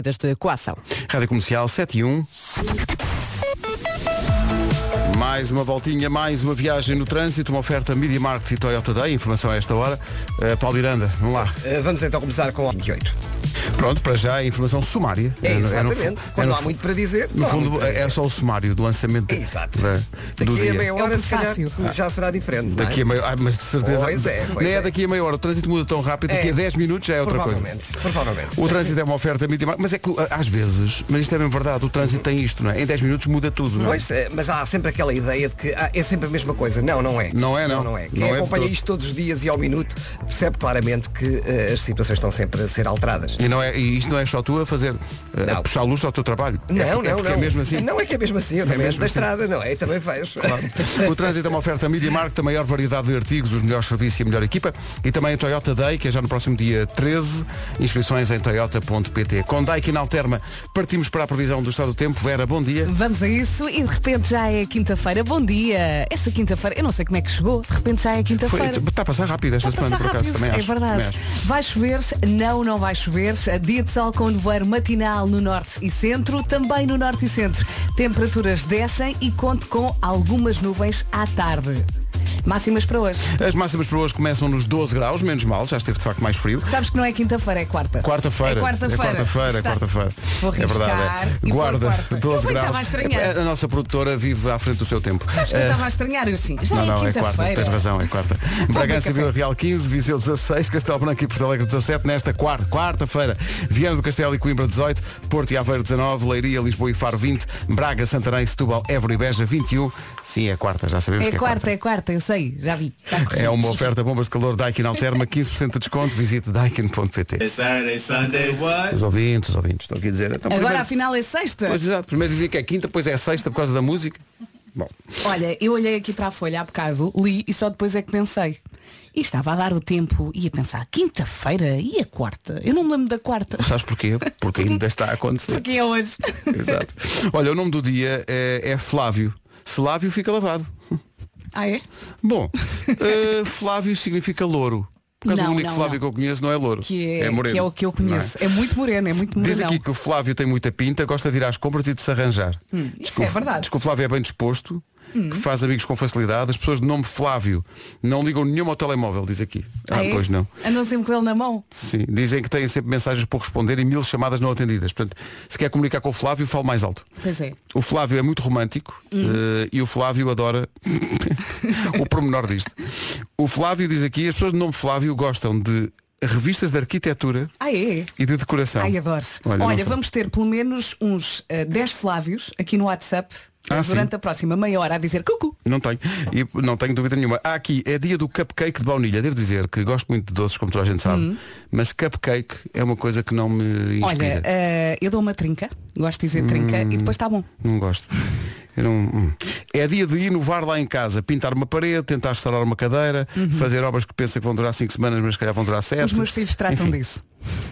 medidas de coação. Rádio Comercial 71. Mais uma voltinha, mais uma viagem no trânsito, uma oferta Media Market e Toyota Day, informação a esta hora. Uh, Paulo Miranda, vamos lá. Uh, Vamos então começar com a 28. Pronto, para já a informação sumária. É, no- no exatamente. fu- Quando no não há fu- muito para dizer. No não há fundo, muito para é dizer. só o sumário do lançamento Exato. da- do Daqui dia. Ah. a meia hora, É o se calhar, prefácio. já será diferente. não é? Daqui a meia ah, mas de certeza. Pois é, pois nem é, é. daqui a meia hora. O trânsito muda tão rápido, daqui a É. 10 minutos já é outra coisa. provavelmente, provavelmente. O trânsito é uma oferta mídia, mas é que ah, às vezes, mas isto é mesmo verdade, o trânsito tem isto, não é? Em 10 minutos muda tudo, não é? Pois, eh, mas há sempre aquela ideia de que ah, é sempre a mesma coisa. Não, não é. Não é, não. Não, é. Quem Não é de acompanha todo. isto todos os dias e ao minuto percebe claramente que eh, as situações estão sempre a ser alteradas. E, não é, e isto não é só tu a fazer, eh, a Não. puxar a luz ao teu trabalho. Não, é, porque- é não, porque não. é mesmo assim. Não é que é mesmo assim, eu também mesmo ando da assim. estrada, não é? Eu também faz. O trânsito é uma oferta Media Market, a maior variedade de artigos, os melhores serviços e a melhor equipa. E também a Toyota Day, que é já no próximo dia 13. Inscrições em toyota.pt. Com Daikin Alterma, partimos para a previsão do estado do tempo. Vera, bom dia. Vamos a isso e de repente já é quinta-feira. Bom dia! Esta quinta-feira, eu não sei como é que chegou, de repente já é Foi- quinta-feira. está a passar rápido esta Está a semana, passar por acaso, rápido, também é acho. Também verdade. acho. Vai chover? Não, não vai chover. Dia de sol com um nevoeiro matinal no norte e centro, também no norte e centro. Temperaturas descem e conto com algumas nuvens à tarde. Máximas para hoje. As máximas para hoje começam nos 12 graus, menos mal, já esteve de facto mais frio. Sabes que não é quinta-feira, é quarta. Quarta-feira. É quarta-feira. É quarta-feira, é Está- quarta-feira. Vou É arriscar verdade. é. e pôr Guarda, quarta. 12 Eu bem graus. estava a estranhar. É, A nossa produtora vive à frente do seu tempo. Sabes que eu estava a estranhar? Eu sim. Já é. Não, é não, é quarta, quinta-feira. tens razão, é quarta. Bragança café. e Vila Real 15, Viseu 16, Castelo Branco e Porto Alegre 17, nesta quarta, quarta-feira, Viana do Castelo e Coimbra 18, Porto e Aveiro 19, Leiria, Lisboa e Faro 20, Braga, Santarém, Setúbal, Évora e Beja 21. Sim, é quarta, já sabemos É que é quarta, é quarta, eu sei, já vi. Está corrigido. É uma oferta bombas de calor Daikin Alterma, 15% de desconto, visite daikin.pt. Saturday, Sunday, what? Os ouvintes, os ouvintes, estou aqui a dizer. Então, Agora primeiro- afinal é sexta. Pois exato, primeiro dizia que é quinta, depois é sexta por causa da música. Bom, Olha, eu olhei aqui para a folha há bocado, li e só depois é que pensei. E estava a dar o tempo e a pensar, quinta-feira e a quarta? Eu não me lembro da quarta. sabes porquê? Porque ainda está a acontecer. Porque é hoje. Exato. Olha, o nome do dia é, é Flávio. Slávio fica lavado. Ah, é? Bom, eh, Flávio significa louro. Por causa Não, do único não, Flávio não. que eu conheço não é louro. Que é, moreno. que é o que eu não é? conheço. É? muito moreno, é muito Diz morenão. aqui que o Flávio tem muita pinta, gosta de ir às compras e de se arranjar. isso Diz que o- é verdade. Hum. Diz que o Flávio é bem disposto, que faz amigos com facilidade. As pessoas de nome Flávio não ligam nenhuma ao telemóvel, diz aqui. Ah, Ah, é? pois não. Andam sempre com ele na mão. Sim, dizem que têm sempre mensagens por responder e mil chamadas não atendidas. Portanto, se quer comunicar com o Flávio, fale mais alto. Pois é. O Flávio é muito romântico Hum. eh, e o Flávio adora o pormenor disto. O Flávio diz aqui, as pessoas de nome Flávio gostam de revistas de arquitetura Ah, é? e de decoração. Ai, adores. Olha, Olha, não sei. vamos ter pelo menos uns eh, 10 Flávios aqui no WhatsApp Ah, durante sim. a próxima meia hora a dizer cucu. Não tenho. E não tenho dúvida nenhuma. Há aqui, é dia do cupcake de baunilha. Devo dizer que gosto muito de doces, como toda a gente sabe, mas cupcake é uma coisa que não me inspira. Hum. Hum. Olha, eh, eu dou uma trinca, gosto de dizer trinca, e depois está bom. Não gosto. Eu não- hum. É dia de inovar lá em casa, pintar uma parede, tentar restaurar uma cadeira, fazer obras que pensa que vão durar 5 semanas, mas se calhar vão durar 7. Uhum. Os meus filhos tratam disso.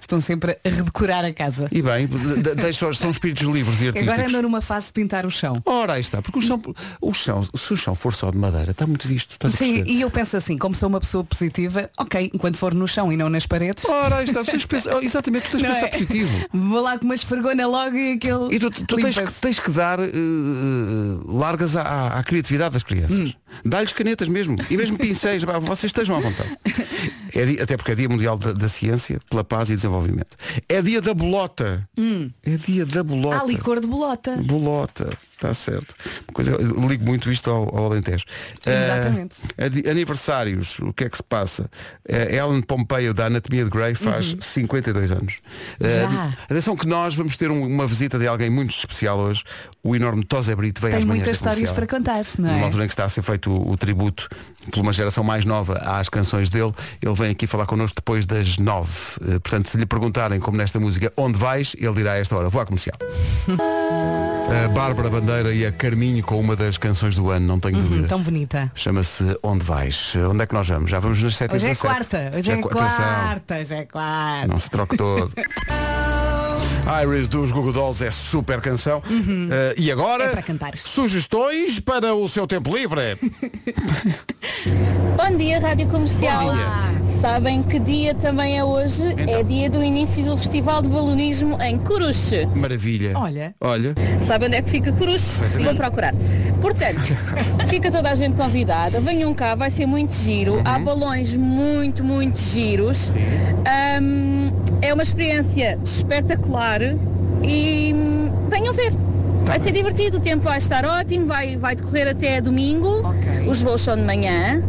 Estão sempre a redecorar a casa. E bem, de- de- deixa, são espíritos livres e Agora é artísticos. andam numa fase de pintar o chão. Ora, aí está, porque o chão, o chão, se o chão for só de madeira, está muito visto. Estás a Sim, perceber? e eu penso assim, como sou uma pessoa positiva, ok, enquanto for no chão e não nas paredes, Ora, aí está, tu tens de pensar, oh, exatamente, tu tens de Não pensar é? positivo. vou lá com uma esfregona logo e aquele. E tu, tu tens, que, limpa-se. tens que dar eh, eh, largas à- à, à criatividade das crianças. Hum. Dá-lhes canetas mesmo. E mesmo pincéis. pá, vocês estejam à vontade. É dia- até porque é dia mundial da, da ciência, pela paz e desenvolvimento. É dia da bolota. É dia da bolota. Hum. Há licor de bolota. Bolota, está certo. Uma Coisa, eu ligo muito isto ao, ao Alentejo. Exatamente. Ah, adi- aniversários, o que é que se passa? Ah, Ellen Pompeo, da Anatomia de Grey, faz 52 anos. Ah, Uhum. Já. atenção que nós vamos ter um- uma visita de alguém muito especial hoje. O enorme Tosé Brito vem às Tem manhãs muitas da histórias Comercial. para contar, não Numa é? altura em que está a ser feito o, o tributo por uma geração mais nova às canções dele, ele vem aqui falar connosco depois das nove. Eh, Portanto, se lhe perguntarem, como nesta música, onde vais, ele dirá a esta hora, vou à comercial. a Bárbara Bandeira e a Carminho com uma das canções do ano, não tenho Hum, dúvida. tão bonita. Chama-se Onde Vais. Eh, Onde é que nós vamos? Já vamos nas sete e Hoje é 17. quarta, hoje Já é qua- atenção. quarta, hoje é quarta. Não se troque todo. Iris dos Google Dolls é super canção. Eh, e agora, É para cantar. sugestões para o seu tempo livre. Bom dia, Rádio Comercial. Bom dia. sabem que dia também é hoje? Então. É dia do início do Festival de Balonismo em Coruche. Maravilha. Olha. Olha. Sabe onde é que fica Cruz? Vou procurar. Portanto, fica toda a gente convidada. Venham cá, vai ser muito giro. Há balões muito, muito giros. Ahm, é uma experiência espetacular e hum, venham ver. Vai ser divertido, o tempo vai estar ótimo, vai, vai decorrer até domingo. Ok. Os voos são de manhã.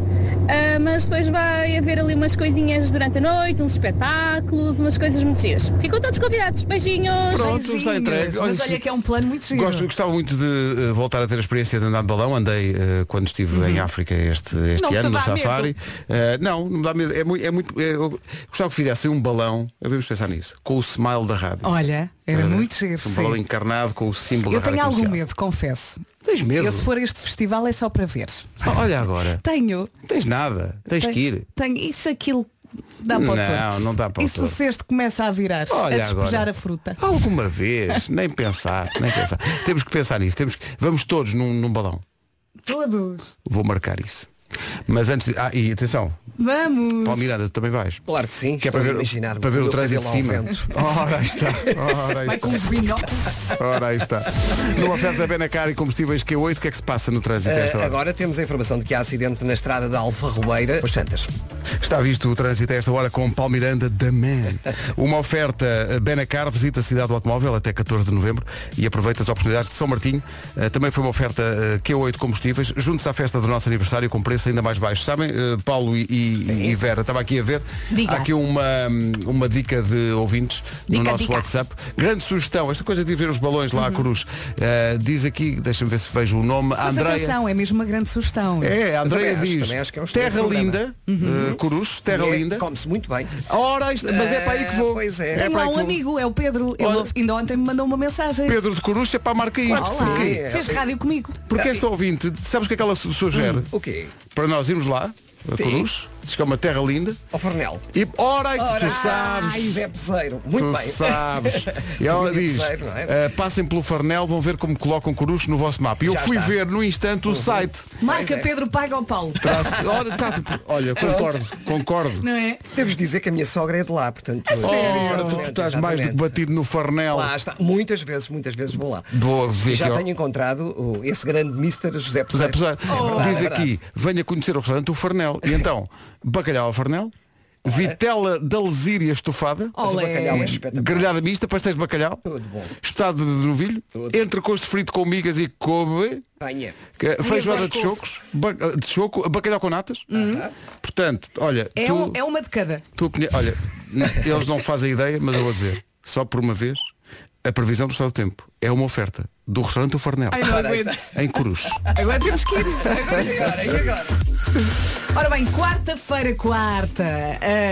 ah, mas depois vai haver ali umas coisinhas durante a noite, uns espetáculos, umas coisas muito giras. Ficam todos convidados. Beijinhos! Pronto, está entregue. Beijinhos. Mas olha que é um plano muito giro. Gosto, gostava muito de eh, voltar a ter a experiência de andar de balão. Andei eh, quando estive em África este, este Uhum. Não te ano, no dá safari. Eh, não, não me dá medo. É muito, é muito, é- eu gostava que fizessem um balão, devemos pensar nisso, com o smile da rádio. Olha, era Era muito giro. Um sim. balão encarnado com o símbolo Eu da tenho rádio algum comercial. medo, confesso. Tens medo? Eu se for a este festival é só para ver. Oh, Olha agora. Tenho. Tens nada. Tens tenho, que ir. Tenho. Isso aquilo dá para o Não, torto. não dá para o E se o torto. cesto começa a virar, Olha a despejar agora. a fruta. Alguma vez, nem pensar, nem pensar. Temos que pensar nisso. Temos que... Vamos todos num, num balão. Todos. Vou marcar isso. Mas antes de... Ah, e atenção, Vamos. Paulo Miranda, tu também vais. Claro que sim. Que é estou para a ver, imaginar para ver o meu trânsito de cabelo cima. ao vento. Ora aí está. Ora aí Vai É com está. os binóculos. Ora aí está. Numa oferta Benacar e combustíveis Q8, o que é que se passa no trânsito a Eh, esta hora? agora temos a informação de que há acidente na estrada da Alfarroeira, os Santas. Está visto o trânsito a esta hora com Paulo Miranda da Man. Uma oferta eh, Benacar, visita a cidade do automóvel até 14 de novembro e aproveita as oportunidades de São Martinho. Eh, Também foi uma oferta eh, Q8 combustíveis, junto-se à festa do nosso aniversário com preço ainda mais baixo. Sabem, eh, Paulo e, e- e Vera, estava aqui a ver. Diga. Há aqui uma, uma dica de ouvintes no Dica, nosso dica. WhatsApp. Grande sugestão, esta coisa de ver os balões lá à Cruz. Eh, diz aqui, deixa-me ver se vejo o nome, Mas Andreia. atenção, é mesmo uma grande sugestão. É, a Andreia Uhum. também acho, diz também acho que é um excelente Terra programa. Linda, eh, Corus, Terra E é- Linda. Come-se muito bem. Ora, isto- mas é para aí que vou. Ah, pois é. Tem para lá aí que um vou. amigo, é o Pedro. Ele Olha. ouve- ainda ontem me mandou uma mensagem. Pedro é, de Corus, é para a marca isto. Olá. Porquê? Sim. Fez rádio comigo. Porque esta ouvinte, sabes o que é que ela su- sugere? O quê? Para nós irmos lá, a Hum. Sim. Corus, diz que é uma terra linda. Ao Fornel. E ora, que tu Ai, sabes. Zé Peseiro. Muito Tu bem. sabes. E ela Vinha diz, terceiro, não é? eh, passem pelo Farnel, vão ver como colocam Corus no vosso mapa. E eu Já fui está. Uhum. ver no instante o site. Marca é. Pedro paga ao Paulo. Traço- Ora, tá, olha, concordo, concordo. Não é? Devo dizer que a minha sogra é de lá, portanto. Ora, tu estás mais do que batido no Farnel. Lá está. Muitas vezes, muitas vezes vou lá. Vou ver é E já aqui, ó. tenho encontrado o- esse grande Mr. José José Peseiro. Pesar É verdade, é diz verdade. aqui, venha conhecer o restaurante O Farnel. E então, bacalhau ao Farnel, vitela da lesíria estufada, Mas o Olé. bacalhau é espetacular. grelhada mista, pastéis de bacalhau, Tudo bom. estado de novilho, Tudo. entrecosto frito com migas e couve, Tenha. que- é feijoada de couve. chocos, ba- de choco, bacalhau com natas. Uhum. Portanto, olha, É, tu, um- é uma de cada. tu conhe- olha, n- eles não fazem ideia, mas eu vou dizer, só por uma vez, a previsão do estado do tempo é uma oferta do restaurante O Farnel, Ai, não Ora, aí aguento. em Coruche. Agora temos que ir. Agora, e agora, e agora? Ora bem, quarta-feira, quarta.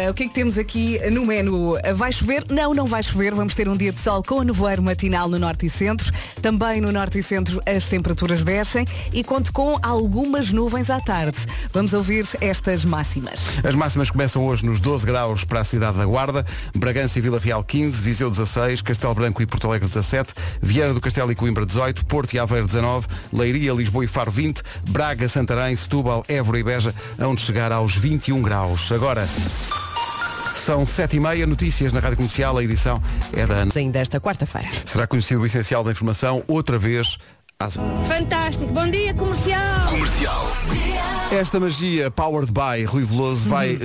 Ah, o que é que temos aqui no menu? Ah, vai chover? Não, não vai chover. Vamos ter um dia de sol com a nevoeiro matinal no Norte e Centro. Também no Norte e Centro as temperaturas descem e conto com algumas nuvens à tarde. Vamos ouvir estas máximas. As máximas começam hoje nos 12 graus para a cidade da Guarda, Bragança e Vila Real 15, Viseu 16, Castelo Branco e Porto Alegre 17, Vieira do Castelo e Coimbra 18, Porto e Aveiro 19, Leiria, Lisboa e Faro 20, Braga, Santarém, Setúbal, Évora e Beja, onde chegar aos 21 graus. Agora são 7h30, notícias na Rádio Comercial, a edição é da Ana. Ainda esta quarta-feira. Será conhecido o essencial da informação outra vez às 11. Fantástico. Bom dia, comercial. Esta magia powered by Rui Veloso vai Uhum.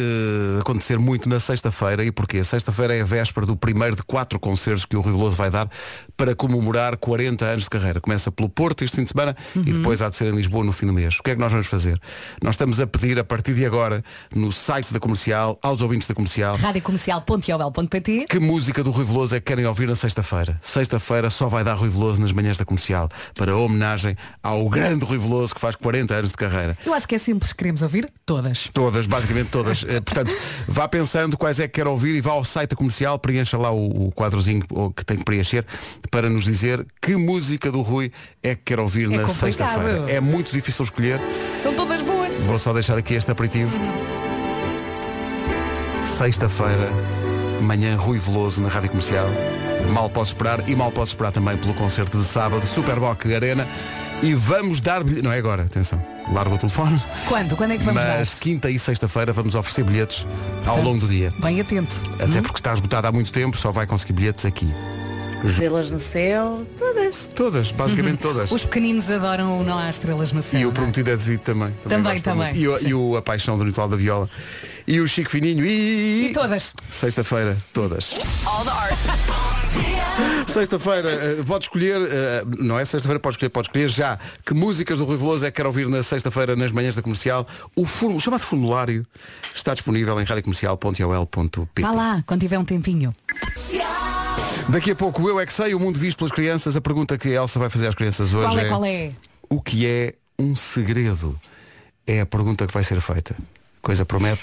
eh, acontecer muito na sexta-feira e porquê? Sexta-feira é a véspera do primeiro de quatro concertos que o Rui Veloso vai dar para comemorar 40 anos de carreira. Começa pelo Porto este fim de semana Uhum. e depois há de ser em Lisboa no fim do mês. O que é que nós vamos fazer? Nós estamos a pedir a partir de agora no site da Comercial, aos ouvintes da Comercial, radiocomercial.iobel.pt que música do Rui Veloso é que querem ouvir na sexta-feira? Sexta-feira só vai dar Rui Veloso nas manhãs da Comercial para homenagem ao grande Rui Veloso que faz 40 anos de carreira. Eu acho que é simples, queremos ouvir todas. Todas, basicamente todas. Eh, Portanto, vá pensando quais é que quer ouvir e vá ao site da comercial, preencha lá o, o quadrozinho o que tem que preencher para nos dizer que música do Rui é que quer ouvir na complicado. sexta-feira. É muito difícil escolher. São todas boas. Vou só deixar aqui este aperitivo. Sexta-feira Manhã Rui Veloso na Rádio Comercial. Mal posso esperar e mal posso esperar também pelo concerto de sábado, Superboc Arena. E vamos dar bilhetes. Não é agora, atenção. Largo o telefone. Quando? Quando é que vamos mas quinta e sexta-feira vamos oferecer bilhetes ao longo do dia. dar? Bem atento. Hum? Até porque está esgotado há muito tempo, só vai conseguir bilhetes aqui. Estrelas no céu, todas. Todas, basicamente todas. Os pequeninos adoram o Não Há Estrelas no Céu. E o não é? prometido é devido também. Também, gosto também, muito. E, o, e o A Paixão do Ritual da Viola. E o Chico Fininho. E, E todas. Sexta-feira, todas. Sexta-feira, eh, pode escolher, eh, não é sexta-feira, pode escolher, pode escolher já que músicas do Rui Veloso é que quer ouvir na sexta-feira nas manhãs da comercial. O, form- o chamado formulário está disponível em radiocomercial.ol.pt. Vá lá, quando tiver um tempinho. Daqui a pouco eu é que sei, o mundo visto pelas crianças. A pergunta que a Elsa vai fazer às crianças hoje Qual é é, qual é? o que é um segredo? É a pergunta que vai ser feita. Coisa promete.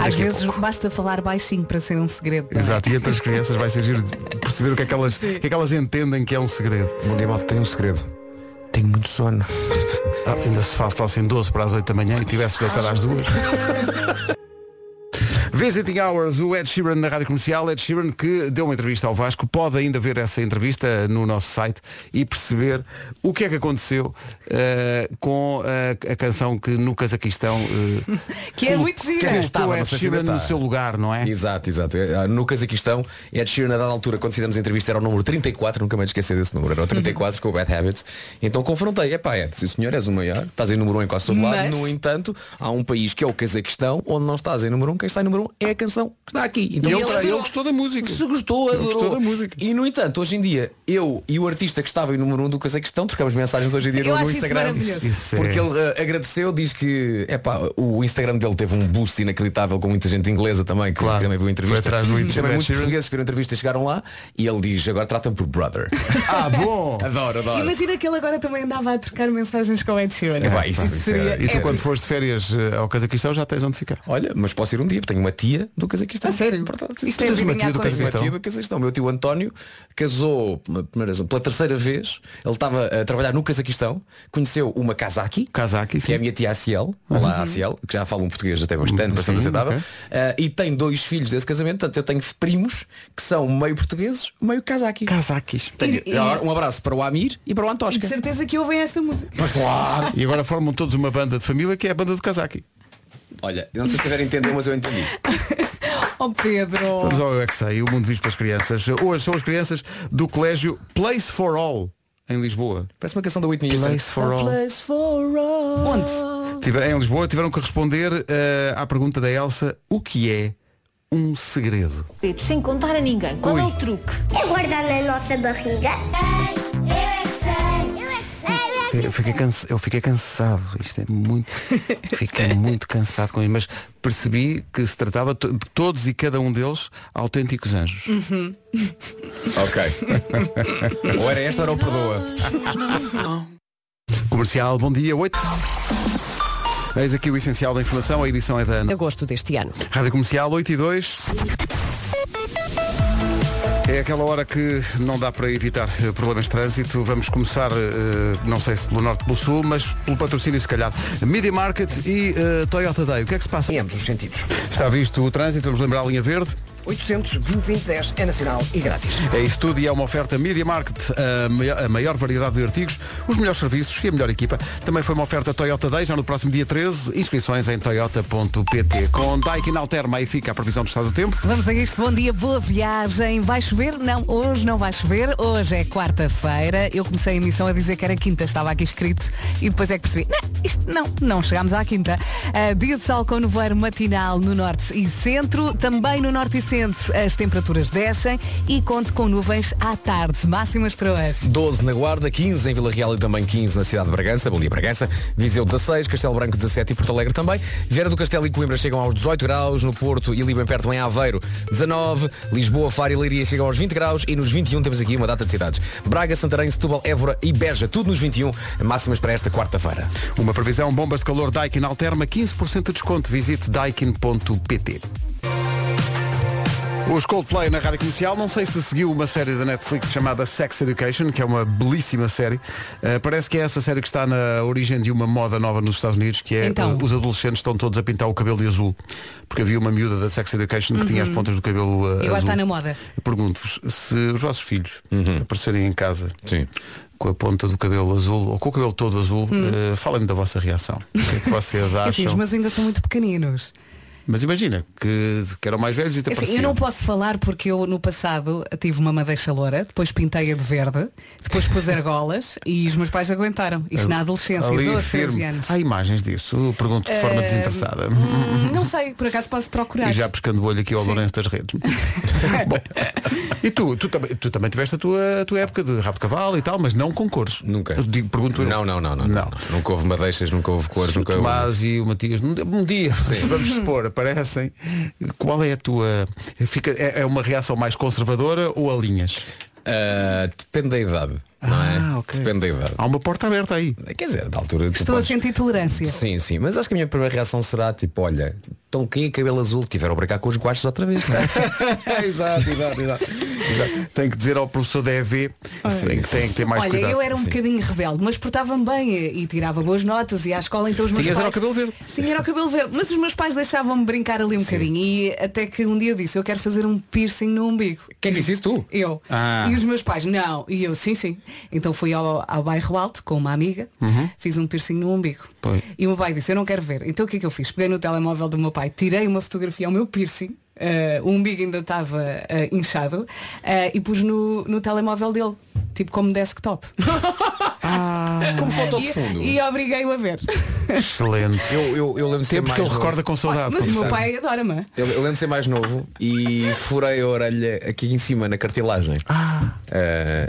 Às Daqui a vezes basta falar baixinho para ser um segredo. não é? Exato, e entre as crianças vai ser giro de perceber o que é que elas, o que é que elas entendem que é um segredo. Bom dia, malta. Tenho um segredo. Tenho muito sono. Ah, ainda se faltassem 12 para as 8 da manhã e tivesse deitado às duas. Visiting Hours, o Ed Sheeran na Rádio Comercial, Ed Sheeran que deu uma entrevista ao Vasco, pode ainda ver essa entrevista no nosso site e perceber o que é que aconteceu eh, com a, a canção que no Cazaquistão eh, Que é muito giro. Quer Estava, dizer, estava, não Ed sei se ainda Sheeran no está. seu lugar, não é? Exato, exato. É, No Cazaquistão, Ed Sheeran, a dada altura, quando fizemos a entrevista, era o número 34, nunca mais esqueci desse número. Era o 34 com o Bad Habits. Então confrontei. Epá, Ed, se o senhor és o maior, estás em número 1 em quase todo lado. Mas- No entanto, há um país que é o Cazaquistão, onde não estás em número 1, quem está em número 1 é a canção que está aqui. Então, E ele- adorou. ele gostou da música. Se gostou, Ele adorou. gostou da música. E no entanto, hoje em dia, eu e o artista que estava em número 1 do Cazaquistão, trocamos mensagens hoje em dia Eu no, acho no isso Instagram. maravilhoso. Isso é- Porque ele eh, agradeceu, diz que epá, o Instagram dele teve um boost inacreditável com muita gente inglesa também, que, Claro. que também viu a entrevista. Foi atrás do e também Instagram. muitos portugueses que viram a entrevista e chegaram lá e ele diz, agora tratam por brother. Ah, bom! adoro, adoro. Imagina que ele agora também andava a trocar mensagens com o Ed Sheeran. Epá, isso, é isso era- É, Isso é quando fores de férias eh, ao Cazaquistão já tens onde ficar. Olha, mas posso ir um dia, porque tenho uma tia do Cazaquistão. A sério? Portanto, tens Isto uma é adivinhar tia do coisas. Cazaquistão. Uma tia do Cazaquistão. Meu tio António casou pela primeira- pela terceira vez. Ele estava a trabalhar no Cazaquistão, conheceu uma Kazaki. Kazaki, sim. Uhum. que é a minha tia Aciel, olá Aciel, que já fala um português até bastante, bastante Sim, aceitável, ok. eh, e tem dois filhos desse casamento, portanto eu tenho primos que são meio portugueses, meio Kazaki. Cazaquis. Tenho- E- e- Um abraço para o Amir e para o é. Antosca. De certeza que ouvem esta música. Mas claro! E agora formam todos uma banda de família que é a banda do Kazaki. Olha, eu não sei se tiver entender, mas eu entendi. Oh Pedro. Vamos ao Eu É Que Sei, o mundo visto pelas crianças. Hoje são as crianças do colégio Place for All, em Lisboa. Parece uma canção da Whitney Houston. Place for All. Place for all. Onde? Oh. Tiver- Em Lisboa tiveram que responder eh, à pergunta da Elsa, o que é um segredo? segredos sem contar a ninguém. Qual Ui. é o truque? É guardar na nossa barriga. Eu é que sei, eu é que sei, Eu fiquei, cansa- eu fiquei cansado, isto é muito. Fiquei muito cansado com isso, mas percebi que se tratava to- de todos e cada um deles autênticos anjos. Ok. ou era esta ou era o Perdoa. Comercial, bom dia, 8. Eis aqui o essencial da informação, a edição é da Ana. Agosto deste ano. Rádio Comercial 8 e 2. É aquela hora que não dá para evitar eh, problemas de trânsito. Vamos começar, eh, não sei se pelo norte pelo sul, mas pelo patrocínio se calhar. Media Market e eh, Toyota Day. O que é que se passa? Em ambos os sentidos. Está visto o trânsito, vamos lembrar a linha verde. 800 2010 é nacional e grátis. É isso tudo e é uma oferta Media Market, a maior, a maior variedade de artigos, os melhores serviços e a melhor equipa. Também foi uma oferta Toyota Day, já no próximo dia 13, inscrições em toyota.pt. Com Daikin Alterma e fica a previsão do estado do tempo. Vamos a isto, bom dia, boa viagem. Vai chover? Não, hoje não vai chover. Hoje é quarta-feira. Eu comecei a emissão a dizer que era quinta, estava aqui escrito e depois é que percebi. Não, isto não, não chegámos à quinta. Ah, dia de sol com nevoeiro matinal no norte e centro. Também no norte e centro as temperaturas descem e conte com nuvens à tarde. Máximas para hoje. 12 na Guarda, 15 em Vila Real e também 15 na cidade de Bragança, Bom dia Bragança, Viseu 16, Castelo Branco 17 e Porto Alegre também. Vera do Castelo e Coimbra chegam aos 18 graus, no Porto e ali bem perto em Aveiro 19, Lisboa, Faro e Leiria chegam aos 20 graus e nos 21 temos aqui uma data de cidades. Braga, Santarém, Setúbal, Évora e Beja, tudo nos 21, máximas para esta quarta-feira. Uma previsão, bombas de calor Daikin Alterma, 15% de desconto. Visite daikin.pt. Os Coldplay na rádio comercial, não sei se seguiu uma série da Netflix chamada Sex Education, que é uma belíssima série. Eh, parece que é essa série que está na origem de uma moda nova nos Estados Unidos, que é Então. eh, os adolescentes estão todos a pintar o cabelo de azul. Porque havia uma miúda da Sex Education que tinha as pontas do cabelo eh, Uhum. E agora azul. está na moda. Pergunto-vos se os vossos filhos aparecerem em casa Uhum. Sim. com a ponta do cabelo azul ou com o cabelo todo azul, eh, falem-me da vossa reação. O que é que vocês Hum. É assim, acham? os meus ainda são muito pequeninos. Mas imagina que, que eram mais velhos e te É assim, apareciam. eu não posso falar porque eu no passado tive uma madeixa loura, depois pintei-a de verde, depois pus argolas e os meus pais aguentaram. Isto na adolescência, É Ali, 12, firme. 13 anos. Há imagens disso? Eu Pergunto de forma Eh, desinteressada. Hum, não sei, por acaso posso procurar. E já pescando o olho aqui ao Sim. Lourenço das Redes. Bom, e tu, tu, também, tu também tiveste a tua, a tua época de rabo de cavalo e tal, mas não com cores. Nunca. Eu digo, pergunto eu. Não, não, não, não, Não. não. Nunca houve madeixas, nunca houve cores, O nunca houve. Tomás e o Matias, num dia- um dia, vamos supor, aparecem. Qual é a tua. Fica, é, é uma reação mais conservadora ou alinhas? Ah, depende da idade, não é? Depende da idade. Há uma porta aberta aí. Quer dizer, da altura tu Ah, Estou podes- a sentir tolerância. Sim, sim, mas acho que a minha primeira reação será tipo, olha, estão quem é cabelo azul, tiveram a brincar com os guachos outra vez. não é? exato, exato, exato, exato. Tem que dizer ao professor da EV tem, que, tem que ter mais Olha, cuidado. eu era um bocadinho rebelde, mas portava-me bem e, e tirava boas notas e à escola então os meus Tinhas era pais... o cabelo verde. Tinha era o cabelo verde, mas os meus pais deixavam-me brincar ali um bocadinho e até que um dia eu disse, eu quero fazer um piercing no umbigo. Quem disse isso tu? Eu. Ah. E os meus pais, não. E eu, sim, sim. Então fui ao, ao bairro alto com uma amiga, fiz um piercing no umbigo. Uhum. Pois. E o meu pai disse, eu não quero ver. Então o que é que eu fiz? Peguei no telemóvel do meu pai, tirei uma fotografia ao meu piercing. ah, o umbigo ainda estava ah, inchado ah, e pus no, no telemóvel dele, tipo como desktop. Ah. Como foto de E- fundo. E, obriguei-o a ver. Excelente. Eu, eu, eu lembro de ser Tempos mais um. que ele novo. recorda com saudade. Mas o meu sabe. pai adora-me. Eu, eu lembro de ser mais novo e furei a orelha aqui em cima na cartilagem. Ah,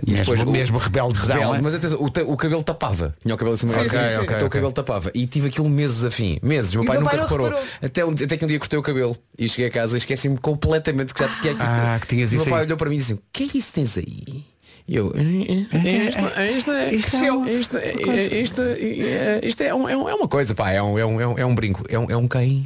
e Mesmo- depois o- mesmo rebeldezão, rebelde, é? Mas atenção, o, te- o cabelo tapava. Tinha o cabelo assim Sim, mais sim, sim. Então ok. o cabelo tapava. E tive aquilo meses a fim. Meses. O meu E pai teu nunca pai não reparou. reparou? Até, um, até que um dia cortei o cabelo e cheguei a casa e esqueci-me completamente que já tinha aquilo. Ah, que tinhas E o isso meu pai aí. olhou para mim e disse, o que é isso que tens aí? E eu, "É, esta, esta, Isto é uma- esta, esta, isto é, um- é um- é uma coisa, pá, é um, é um, é um, é um brinco, é um, é um quem?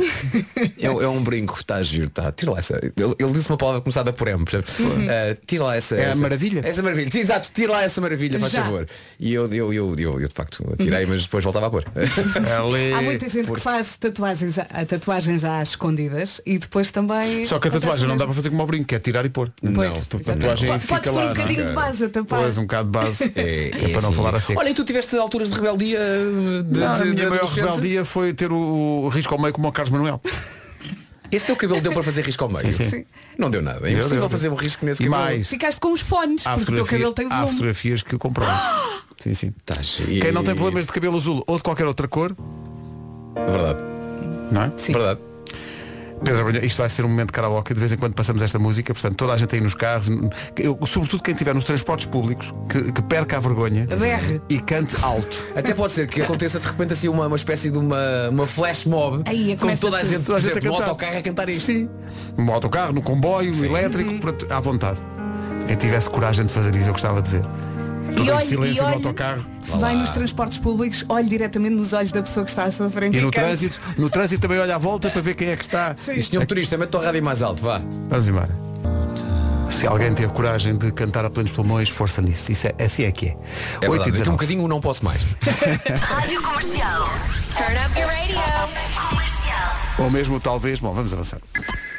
é, um, é um brinco, está giro, está. Tira lá essa. Ele, ele disse uma palavra começada por M, portanto, ah, tira lá essa. É a essa- maravilha? Essa maravilha, exato, tira lá essa maravilha, faz Já. favor. E eu, eu, eu, eu, eu de facto tirei, mas depois voltava a pôr. É, Há muita gente que faz tatuagens, a- tatuagens às escondidas e depois também. Só que a acontece tatuagem não mesmo. dá para fazer como ao brinco, que é tirar e pôr. Pois, não, a exatamente. tatuagem Pode- fica podes lá. é? pôr um bocadinho de base a tapar. Pois, um bocado de base. É, que é é para não assim. falar a seco. Olha, e tu tiveste alturas de rebeldia eh, de, Não, de, de a minha maior adolescente? rebeldia foi ter o, o risco ao meio como o Carlos Manuel. Esse teu cabelo deu para fazer risco ao meio? sim. Sim. Não deu nada. É Deu, impossível deu, fazer deu. um risco nesse E cabelo. mais. Ficaste com os fones, Há porque o teu fotografia- cabelo tem há volume. fotografias que comprovam. sim, sim. Tá giro. Quem não tem problemas de cabelo azul ou de qualquer outra cor, Verdade. não é? Sim. Verdade. Pedro Abrunha, isto vai ser um momento de karaoke, de vez em quando passamos esta música, portanto toda a gente aí nos carros, n- eu- sobretudo quem estiver nos transportes públicos, que, que perca a vergonha Berre. e cante alto. Até pode ser que aconteça de repente assim uma, uma espécie de uma, uma flash mob Aí, com começa toda a tudo. gente, Toda por a gente exemplo, a no cantar. autocarro a cantar isto. Sim. No autocarro, no comboio, no elétrico, portanto, à vontade. Quem tivesse coragem de fazer isso, eu gostava de ver. Todo em olhe- silêncio olhe- no autocarro. Se vai nos transportes públicos, olhe diretamente nos olhos da pessoa que está à sua frente. E no cante. trânsito, no trânsito também olha à volta para ver quem é que está. E senhor turista, mete a rádio mais alto, vá. Vamos embora. Se alguém teve coragem de cantar a plenos pulmões, força nisso. Isso é, assim é que é. É Oito verdade. e Daqui a um 19. bocadinho o não posso mais. Rádio Comercial. Turn up your radio. Comercial. Ou mesmo talvez, bom, vamos avançar.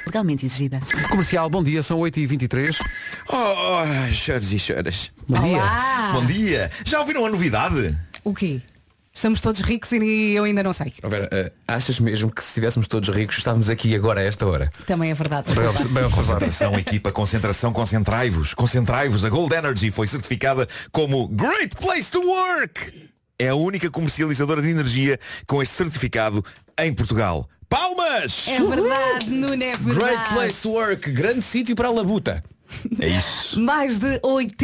Legalmente exigida. Comercial, bom dia, são 8h23. Oh, oh, choros e choras. Bom dia. Olá. Bom dia. Já ouviram a novidade? O quê? Estamos todos ricos e eu ainda não sei. Ó, Vera, eh, achas mesmo que se estivéssemos todos ricos estávamos aqui agora a esta hora? Também é verdade. Bem, obs- bem observado. Concentração, equipa, concentração, concentrai-vos. Concentrai-vos. A Gold Energy foi certificada como Great Place to Work. É a única comercializadora de energia com este certificado em Portugal. Palmas! É verdade, Nuno, é verdade. Great place to work, grande sítio para a labuta. É isso. Mais de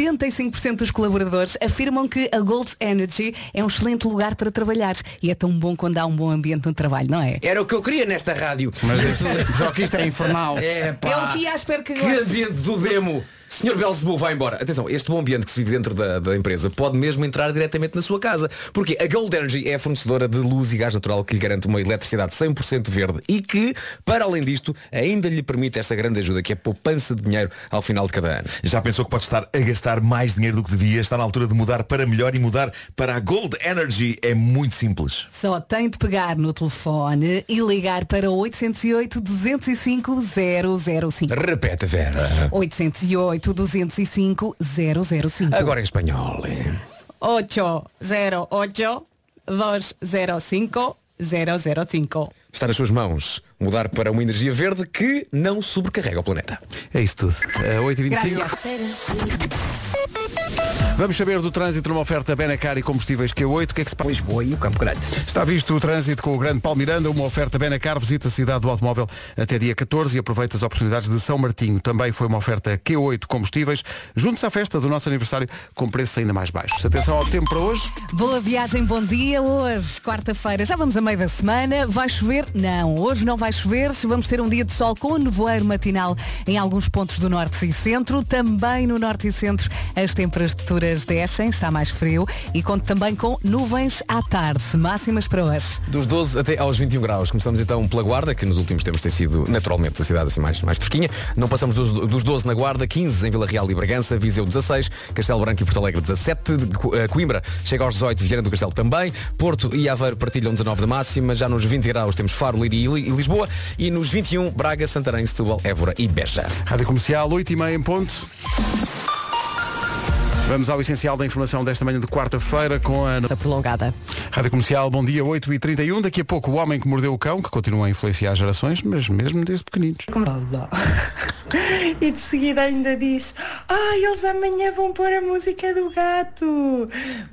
85% dos colaboradores afirmam que a Gold Energy é um excelente lugar para trabalhar e é tão bom quando há um bom ambiente no trabalho, não é? Era o que eu queria nesta rádio. Mas isto, só que isto é infernal. É, É o que ia, espero que Que goste. ambiente do demo. Senhor Belzebu, vai embora. Atenção, este bom ambiente que se vive dentro da, da empresa pode mesmo entrar diretamente na sua casa. Porque a Gold Energy é a fornecedora de luz e gás natural que lhe garante uma eletricidade 100% verde e que, para além disto, ainda lhe permite esta grande ajuda que é a poupança de dinheiro ao final de cada ano. Já pensou que pode estar a gastar mais dinheiro do que devia? Está na altura de mudar para melhor e mudar para a Gold Energy. É muito simples. Só tem de pegar no telefone e ligar para 808-205-005. Repete, Vera. 808-205-005. Agora em espanhol. 808-205-005. Está nas suas mãos mudar para uma energia verde que não sobrecarrega o planeta. É isso tudo. É 8h25. Vamos saber do trânsito numa oferta Benacar e combustíveis Q8. O que é que se passa? Lisboa e o Campo Grande. Está visto o trânsito com o grande Palmiranda, uma oferta Benacar, visita a cidade do automóvel até dia 14 e aproveita as oportunidades de São Martinho. Também foi uma oferta Q8 combustíveis. Junte-se à festa do nosso aniversário com preços ainda mais baixos. Atenção ao tempo para hoje. Boa viagem, bom dia. Hoje, quarta-feira, já vamos a meio da semana. Vai chover? Não, hoje não vai chover. Vamos ter um dia de sol com nevoeiro matinal em alguns pontos do norte e centro. Também no norte e centro as temperaturas descem, está mais frio e conto também com nuvens à tarde, máximas para hoje. Dos 12 até aos 21 graus. Começamos então pela Guarda, que nos últimos tempos tem sido naturalmente a cidade assim mais, mais fresquinha. Não passamos dos, dos 12 na Guarda, 15 em Vila Real e Bragança, Viseu 16, Castelo Branco e Porto Alegre 17, de Co- eh, Coimbra chega aos 18, Viana do Castelo também, Porto e Aveiro partilham 19 de máxima, já nos 20 graus temos Faro, Leiria e Li- e Lisboa e nos 21 Braga, Santarém, Setúbal, Évora e Beja. Rádio Comercial, 8h30 em ponto. Vamos ao essencial da informação desta manhã de quarta-feira com a Essa prolongada. Rádio Comercial, bom dia, 8h31. Daqui a pouco o homem que mordeu o cão, que continua a influenciar gerações, mas mesmo desde pequeninos. E de seguida ainda diz, ah, eles amanhã vão pôr a música do gato.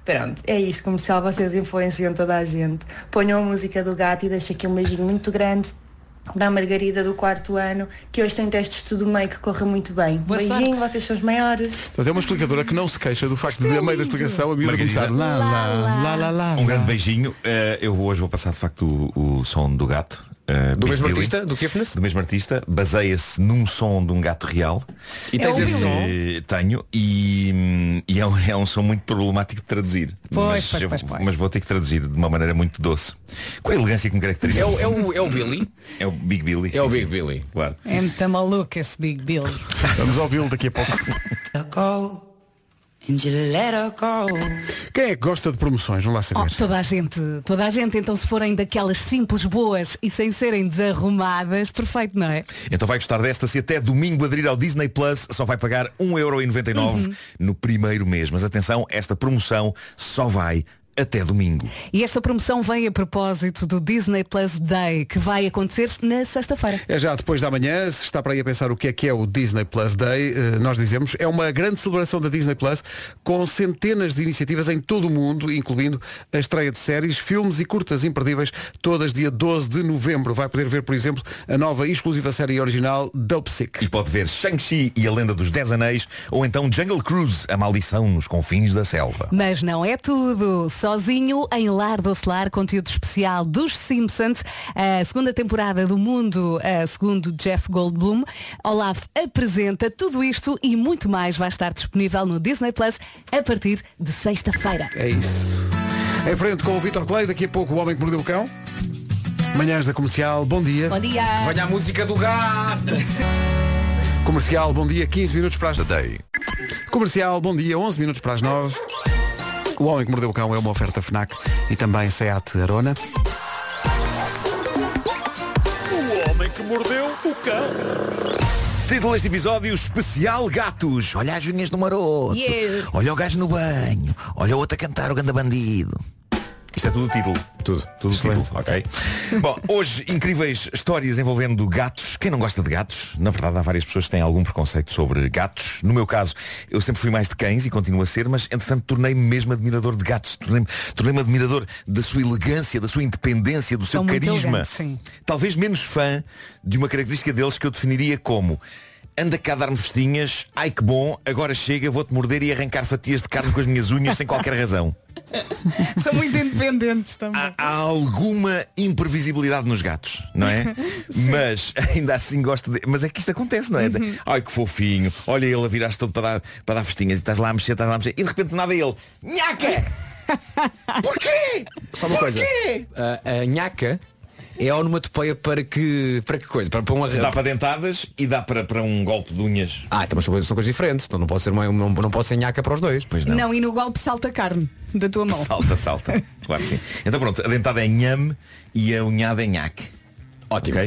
Pronto, é isto, comercial, vocês influenciam toda a gente. Ponham a música do gato e deixo aqui um beijinho muito grande para a Margarida do quarto ano, que hoje tem testes tudo meio que corra muito bem. Boa beijinho, sorte. vocês são os maiores. Portanto, é uma explicadora que não se queixa do facto de, a meio da explicação, a miúda Margarida. começar lá, lá, lá, lá, lá. Um grande beijinho. Eh, eu vou- hoje vou passar de facto o, o som do gato. eh, Do Big mesmo Billy. artista, do Kefnes? do mesmo artista, baseia-se num som de um gato real. E tens Eh, esse som? Tenho, e, hum, e é, um, é um som muito problemático de traduzir. Pois, mas, pois, eu- pois, pois. mas vou ter que traduzir de uma maneira muito doce. Com a elegância que me caracteriza. É o, é o, é o Billy? É o Big Billy. É sim, o Big sim. Billy. Claro. É muito maluco esse Big Bill. Vamos ouvi-lo daqui a pouco. Quem é que gosta de promoções? Vamos lá Oh, saber. toda a gente, toda a gente, então se forem daquelas simples boas e sem serem desarrumadas, perfeito, não é? Então vai gostar desta se até domingo aderir ao Disney Plus só vai pagar 1,99€ Uhum. no primeiro mês. Mas atenção, esta promoção só vai até domingo. E esta promoção vem a propósito do Disney Plus Day, que vai acontecer na sexta-feira. É já depois da manhã, se está para aí a pensar o que é que é o Disney Plus Day, eh, nós dizemos, é uma grande celebração da Disney Plus com centenas de iniciativas em todo o mundo, incluindo a estreia de séries, filmes e curtas imperdíveis, todas dia 12 de novembro. Vai poder ver, por exemplo, a nova e exclusiva série original Dope Sick. E pode ver Shang-Chi e a Lenda dos Dez Anéis ou então Jungle Cruise, a maldição nos confins da selva. Mas não é tudo. Sozinho em Lar do Celar, conteúdo especial dos Simpsons, a segunda temporada do Mundo, eh, segundo Jeff Goldblum. Olaf apresenta tudo isto e muito mais vai estar disponível no Disney Plus a partir de sexta-feira. É isso. Em frente com o Vitor Clay, daqui a pouco o Homem que Mordeu o Cão. Manhãs da Comercial, bom dia. Bom dia! Olha a música do gato! Comercial, bom dia, 15 minutos para as... Day. Comercial, bom dia, 11 minutos para as 9. O Homem que Mordeu o Cão é uma oferta FNAC e também SEAT Arona. Título deste episódio especial gatos. Olha as unhas do maroto. Yeah. Olha o gajo no banho. Olha o outro a cantar o ganda bandido. Isto é tudo título. Tudo. Tudo título, ok? Bom, hoje incríveis histórias envolvendo gatos. Quem não gosta de gatos? Na verdade há várias pessoas que têm algum preconceito sobre gatos. No meu caso, eu sempre fui mais de cães e continuo a ser, mas entretanto tornei-me mesmo admirador de gatos. Tornei-me tornei admirador da sua elegância, da sua independência, do seu São muito carisma elegantes, sim. talvez menos fã de uma característica deles que eu definiria como anda cá a dar-me festinhas, ai que bom, agora chega, vou-te morder e arrancar fatias de carne com as minhas unhas sem qualquer razão. São muito independentes também. Há, há alguma imprevisibilidade nos gatos, não é? mas ainda assim gosto de. Mas é que isto acontece, não é? Ai que fofinho, olha ele a virar-se todo para dar, para dar festinhas e estás lá a mexer, estás lá a mexer e de repente nada ele. Nhaca! Porquê? Só uma coisa. A, a nhaca é a onomatopeia para que. Para que coisa? Para, para um Dá arranque. para dentadas e dá para, para um golpe de unhas. Ah, então mas são coisas, são coisas diferentes. Então não pode ser uma, não, não pode ser nhaca para os dois. Pois Não. e no golpe salta a carne da tua mão. Salta, salta. claro que sim. Então pronto, a dentada é nhame e a unhada é nhaque. Ótimo.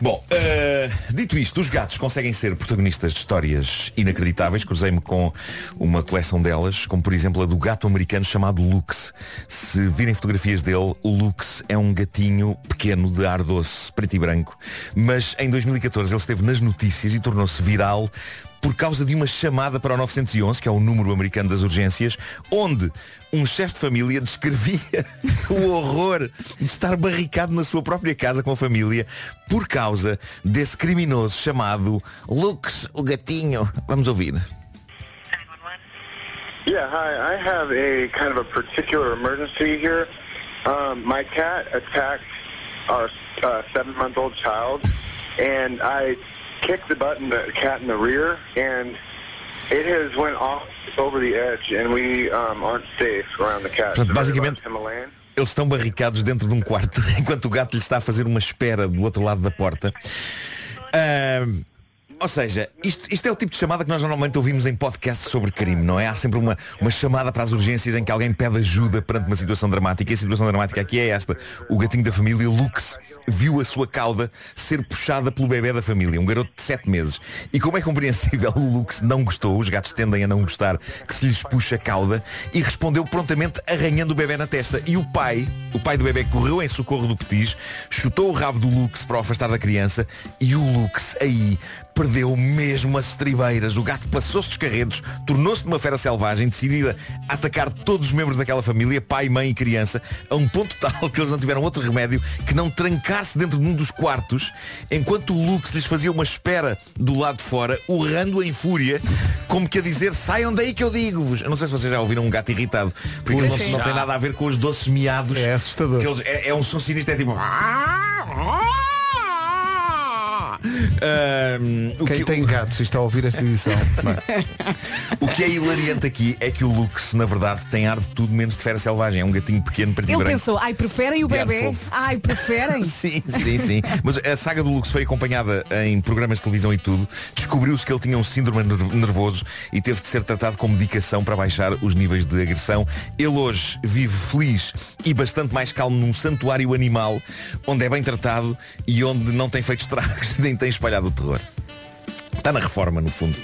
Bom, eh, dito isto, os gatos conseguem ser protagonistas de histórias inacreditáveis. Cruzei-me com uma coleção delas, como por exemplo a do gato americano chamado Lux. Se virem fotografias dele, o Lux é um gatinho pequeno de ar doce, preto e branco. Mas em 2014 ele esteve nas notícias e tornou-se viral por causa de uma chamada para o 911, que é o número americano das urgências, onde um chefe de família descrevia o horror de estar barricado na sua própria casa com a família por causa desse criminoso chamado Lux, o gatinho. Vamos ouvir. Yeah, hi. I have a kind of a particular emergency here. Um, my cat attacked our uh, seven-month-old child, and I kicked the button the cat in the rear, and it has went off over the edge, and we um, aren't safe around the cat. It's Portanto, a very basicamente- large Himalayan. Eles estão barricados dentro de um quarto enquanto o gato lhe está a fazer uma espera do outro lado da porta. Ah, Ahm, ou seja, isto, isto é o tipo de chamada que nós normalmente ouvimos em podcasts sobre crime, não é? Há sempre uma, uma chamada para as urgências em que alguém pede ajuda perante uma situação dramática. E a situação dramática aqui é esta. O gatinho da família, Lux, viu a sua cauda ser puxada pelo bebê da família, um garoto de 7 meses. E como é compreensível, o Lux não gostou, os gatos tendem a não gostar que se lhes puxa a cauda, e respondeu prontamente arranhando o bebê na testa. E o pai, o pai do bebê, correu em socorro do petis, chutou o rabo do Lux para o afastar da criança, e o Lux aí perdeu mesmo as estribeiras. O gato passou-se dos carredos, tornou-se uma fera selvagem, decidida a atacar todos os membros daquela família, pai, mãe e criança, a um ponto tal que eles não tiveram outro remédio que não trancar-se dentro de um dos quartos, enquanto o Lux lhes fazia uma espera do lado de fora, urrando em fúria, como que a dizer, saiam daí que eu digo-vos. Eu não sei se vocês já ouviram um gato irritado, porque ele não, Sim. não tem Já. nada a ver com os doces miados. É assustador. que eles- é, é um som sinistro, é tipo... ah, Ahm, o Quem que- tem gatos e está a ouvir esta edição. o que é hilariante aqui é que o Lux, na verdade, tem ar de tudo menos de fera selvagem. É um gatinho pequeno, preto e Ele branco. pensou, ai, preferem o De ar bebê? fofo. Ai, preferem? Sim, sim, sim. Mas a saga do Lux foi acompanhada em programas de televisão e tudo. Descobriu-se que ele tinha um síndrome ner- nervoso e teve de ser tratado com medicação para baixar os níveis de agressão. Ele hoje vive feliz e bastante mais calmo num santuário animal, onde é bem tratado e onde não tem feito estragos nem tem espalhado o terror. Está na reforma, no fundo.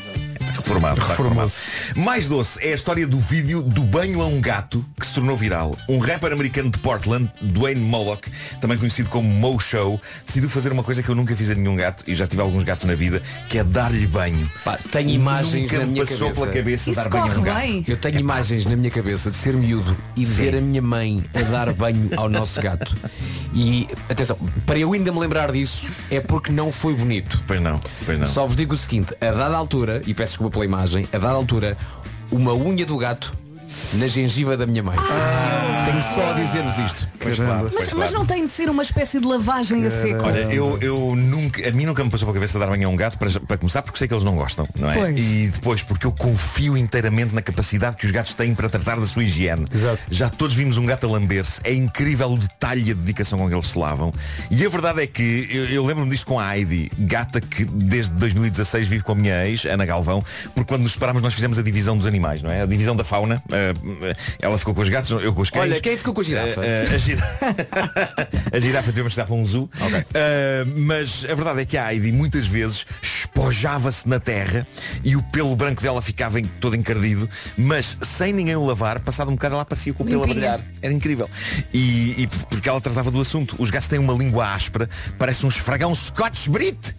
Está reformado. está reformado. Mais doce é a história do vídeo do banho a um gato que se tornou viral. Um rapper americano de Portland, Dwayne Moloch, também conhecido como Mo Show, decidiu fazer uma coisa que eu nunca fiz a nenhum gato e já tive alguns gatos na vida, que é dar-lhe banho. Pá, tenho imagens nunca na me minha passou cabeça. pela cabeça Isso dar banho a um corre gato. bem. Eu tenho imagens na minha cabeça de ser miúdo e de ver a minha mãe a dar banho ao nosso gato. E atenção, para eu ainda me lembrar disso é porque não foi bonito. Pois não, pois não. Só vos digo o seguinte, a dada altura, e peço desculpa pela imagem, a dada altura, uma unha do gato na gengiva da minha mãe. Tenho só a dizer-vos isto. Pois claro, pois Mas, claro. mas não tem de ser uma espécie de lavagem a seco. Olha, eu, eu nunca, a mim nunca me passou pela cabeça dar banho a um gato para, para começar porque sei que eles não gostam, não é? Pois. E depois porque eu confio inteiramente na capacidade que os gatos têm para tratar da sua higiene. Já todos vimos um gato a lamber-se. É incrível o detalhe e a dedicação com que eles se lavam. E a verdade é que eu, eu lembro-me disto com a Heidi, gata que desde 2016 vive com a minha ex, Ana Galvão, porque quando nos separámos nós fizemos a divisão dos animais, não é? A divisão da fauna. eh, ela ficou com os gatos, eu com os cães. Olha, quem ficou com a girafa? Eh, eh, a, gira- a girafa tivemos que dar para um zoo. Eh, mas a verdade é que a Heidi muitas vezes espojava-se na terra e o pelo branco dela ficava em- todo encardido, mas sem ninguém o lavar, passado um bocado ela aparecia com o pelo a Limpinha. brilhar. Era incrível. E, e p- porque ela tratava do assunto. Os gatos têm uma língua áspera, parece um esfragão Scotch Brit.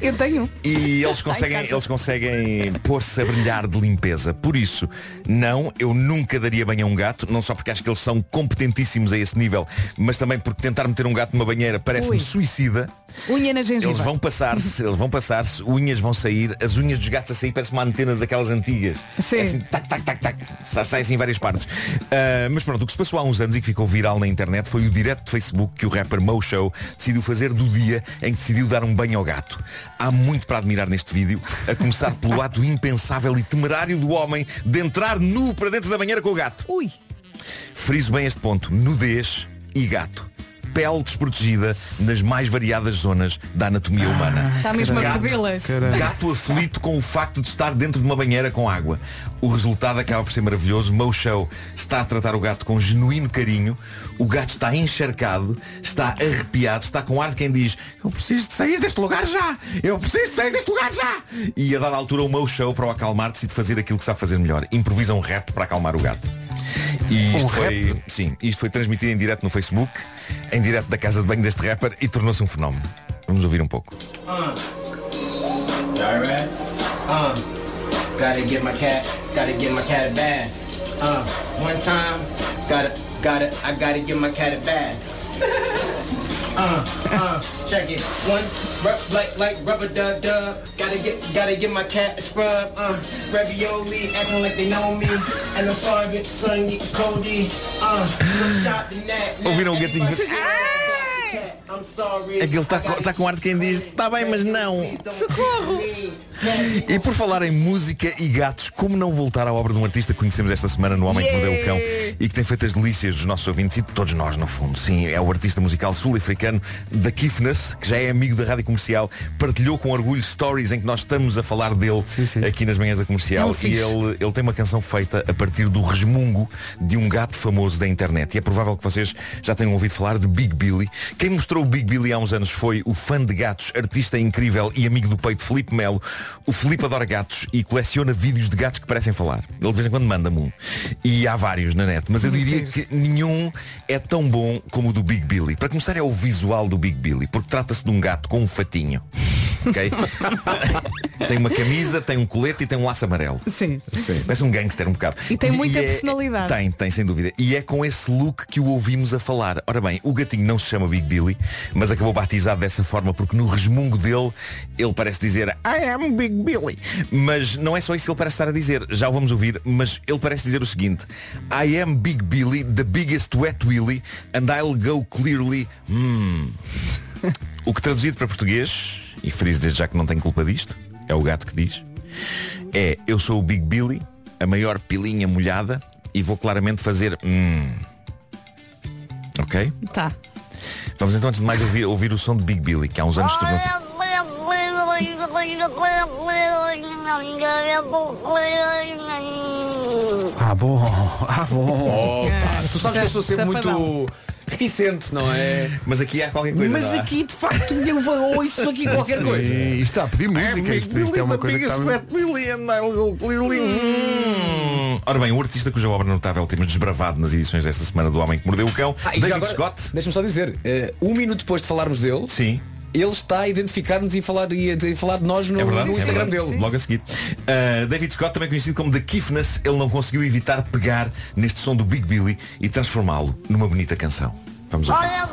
Eu tenho um. E eles conseguem, Ai, casa. eles conseguem pôr-se a brilhar de limpeza. Por isso, não, eu nunca daria banho a um gato, não só porque porque acho que eles são competentíssimos a esse nível, mas também porque tentar meter um gato numa banheira parece-me Ui. suicida. Unha na gengiva. Eles vão passar-se, eles vão passar-se, unhas vão sair, as unhas dos gatos a sair parece uma antena daquelas antigas. Sim. assim, tac, tac, tac, tac, sa- sai assim em várias partes. Ah, mas pronto, o que se passou há uns anos e que ficou viral na internet foi o direto de Facebook que o rapper Mo Show decidiu fazer do dia em que decidiu dar um banho ao gato. Há muito para admirar neste vídeo, a começar pelo ato impensável e temerário do homem de entrar nu para dentro da banheira com o gato. Ui. Friso bem este ponto, nudez e gato. Pele desprotegida nas mais variadas zonas da anatomia humana. Está mesmo a Gato- pedi-las. Gato aflito com o facto de estar dentro de uma banheira com água. O resultado acaba por ser maravilhoso. Mo Show está a tratar o gato com genuíno carinho. O gato está encharcado, está arrepiado, está com ar de quem diz eu preciso de sair deste lugar já! Eu preciso de sair deste lugar já! E a dada altura o Mo Show, para o acalmar, decide fazer aquilo que sabe fazer melhor. Improvisa um rap para acalmar o gato. E isto, foi, sim, isto foi transmitido em direto no Facebook, em direto da casa de banho deste rapper e tornou-se um fenómeno. Vamos ouvir um pouco. Uh. All right. Uh. Gotta get my cat. Gotta get my cat a bag. Uh. One time. Gotta. Gotta. I gotta get my cat a bag. Uh, uh, check it. One, rub, like, like rubber dub dub. Gotta get, gotta get my cat a scrub. Uh, ravioli, acting like they know me. And I'm sorry if it's son, you can Cody. Uh, stop the net. Ouviram o gatinho? I'm sorry. É que ele está com, tá com ar de quem diz Está bem, mas não Socorro! E por falar em música e gatos Como não voltar à obra de um artista que conhecemos esta semana No Homem que Mordeu o Cão E que tem feito as delícias dos nossos ouvintes E de todos nós, no fundo Sim, é o artista musical sul-africano Da Kifness, que já é amigo da Rádio Comercial Partilhou com orgulho stories em que nós estamos a falar dele Aqui nas manhãs da Comercial É um E fixe. ele, ele tem uma canção feita a partir do resmungo De um gato famoso da internet E é provável que vocês já tenham ouvido falar de Big Billy Quem mostrou o Big Billy há uns anos foi o fã de gatos, artista incrível e amigo do peito Felipe Melo. O Felipe adora gatos e coleciona vídeos de gatos que parecem falar. Ele de vez em quando manda-me um. E há vários na net, mas eu diria que nenhum é tão bom como o do Big Billy. Para começar é o visual do Big Billy, porque trata-se de um gato com um fatinho. Ok? tem uma camisa, tem um colete e tem um laço amarelo. Sim. Sim. Parece um gangster um bocado. E tem muita é- personalidade. Tem, tem, sem dúvida. E é com esse look que o ouvimos a falar. Ora bem, o gatinho não se chama Big Billy, mas acabou batizado dessa forma porque no resmungo dele ele parece dizer I am Big Billy. Mas não é só isso que ele parece estar a dizer. Já o vamos ouvir, mas ele parece dizer o seguinte I am Big Billy, the biggest wet willy, and I'll go clearly. Hmm. O que traduzido para português, e friso desde já que não tem culpa disto, é o gato que diz, é eu sou o Big Billy, a maior pilinha molhada, e vou claramente fazer hum. Ok? Tá. Vamos então antes de mais ouvir, ouvir o som de Big Billy, que há uns anos se tornou. Ah, bom, ah, bom. Opa, tu sabes que eu sou sempre Safadão. muito reticente, não é? Mas aqui há qualquer coisa, não há? de facto eu vou ou isso aqui qualquer Sim, coisa. Isto está a pedir música, isto, isto é uma coisa que está... Hum. Ora bem, o artista cuja obra notável temos desbravado nas edições desta semana do Homem que Mordeu o Cão, Ah, e já David agora, Scott. Deixa-me só dizer, eh, um minuto depois de falarmos dele, Sim. ele está a identificar-nos e, falar, e a e a falar de nós no, É verdade, no é Instagram verdade. dele. Logo a seguir. Uh, David Scott, também conhecido como The Kiffness, ele não conseguiu evitar pegar neste som do Big Billy e transformá-lo numa bonita canção. Vamos lá.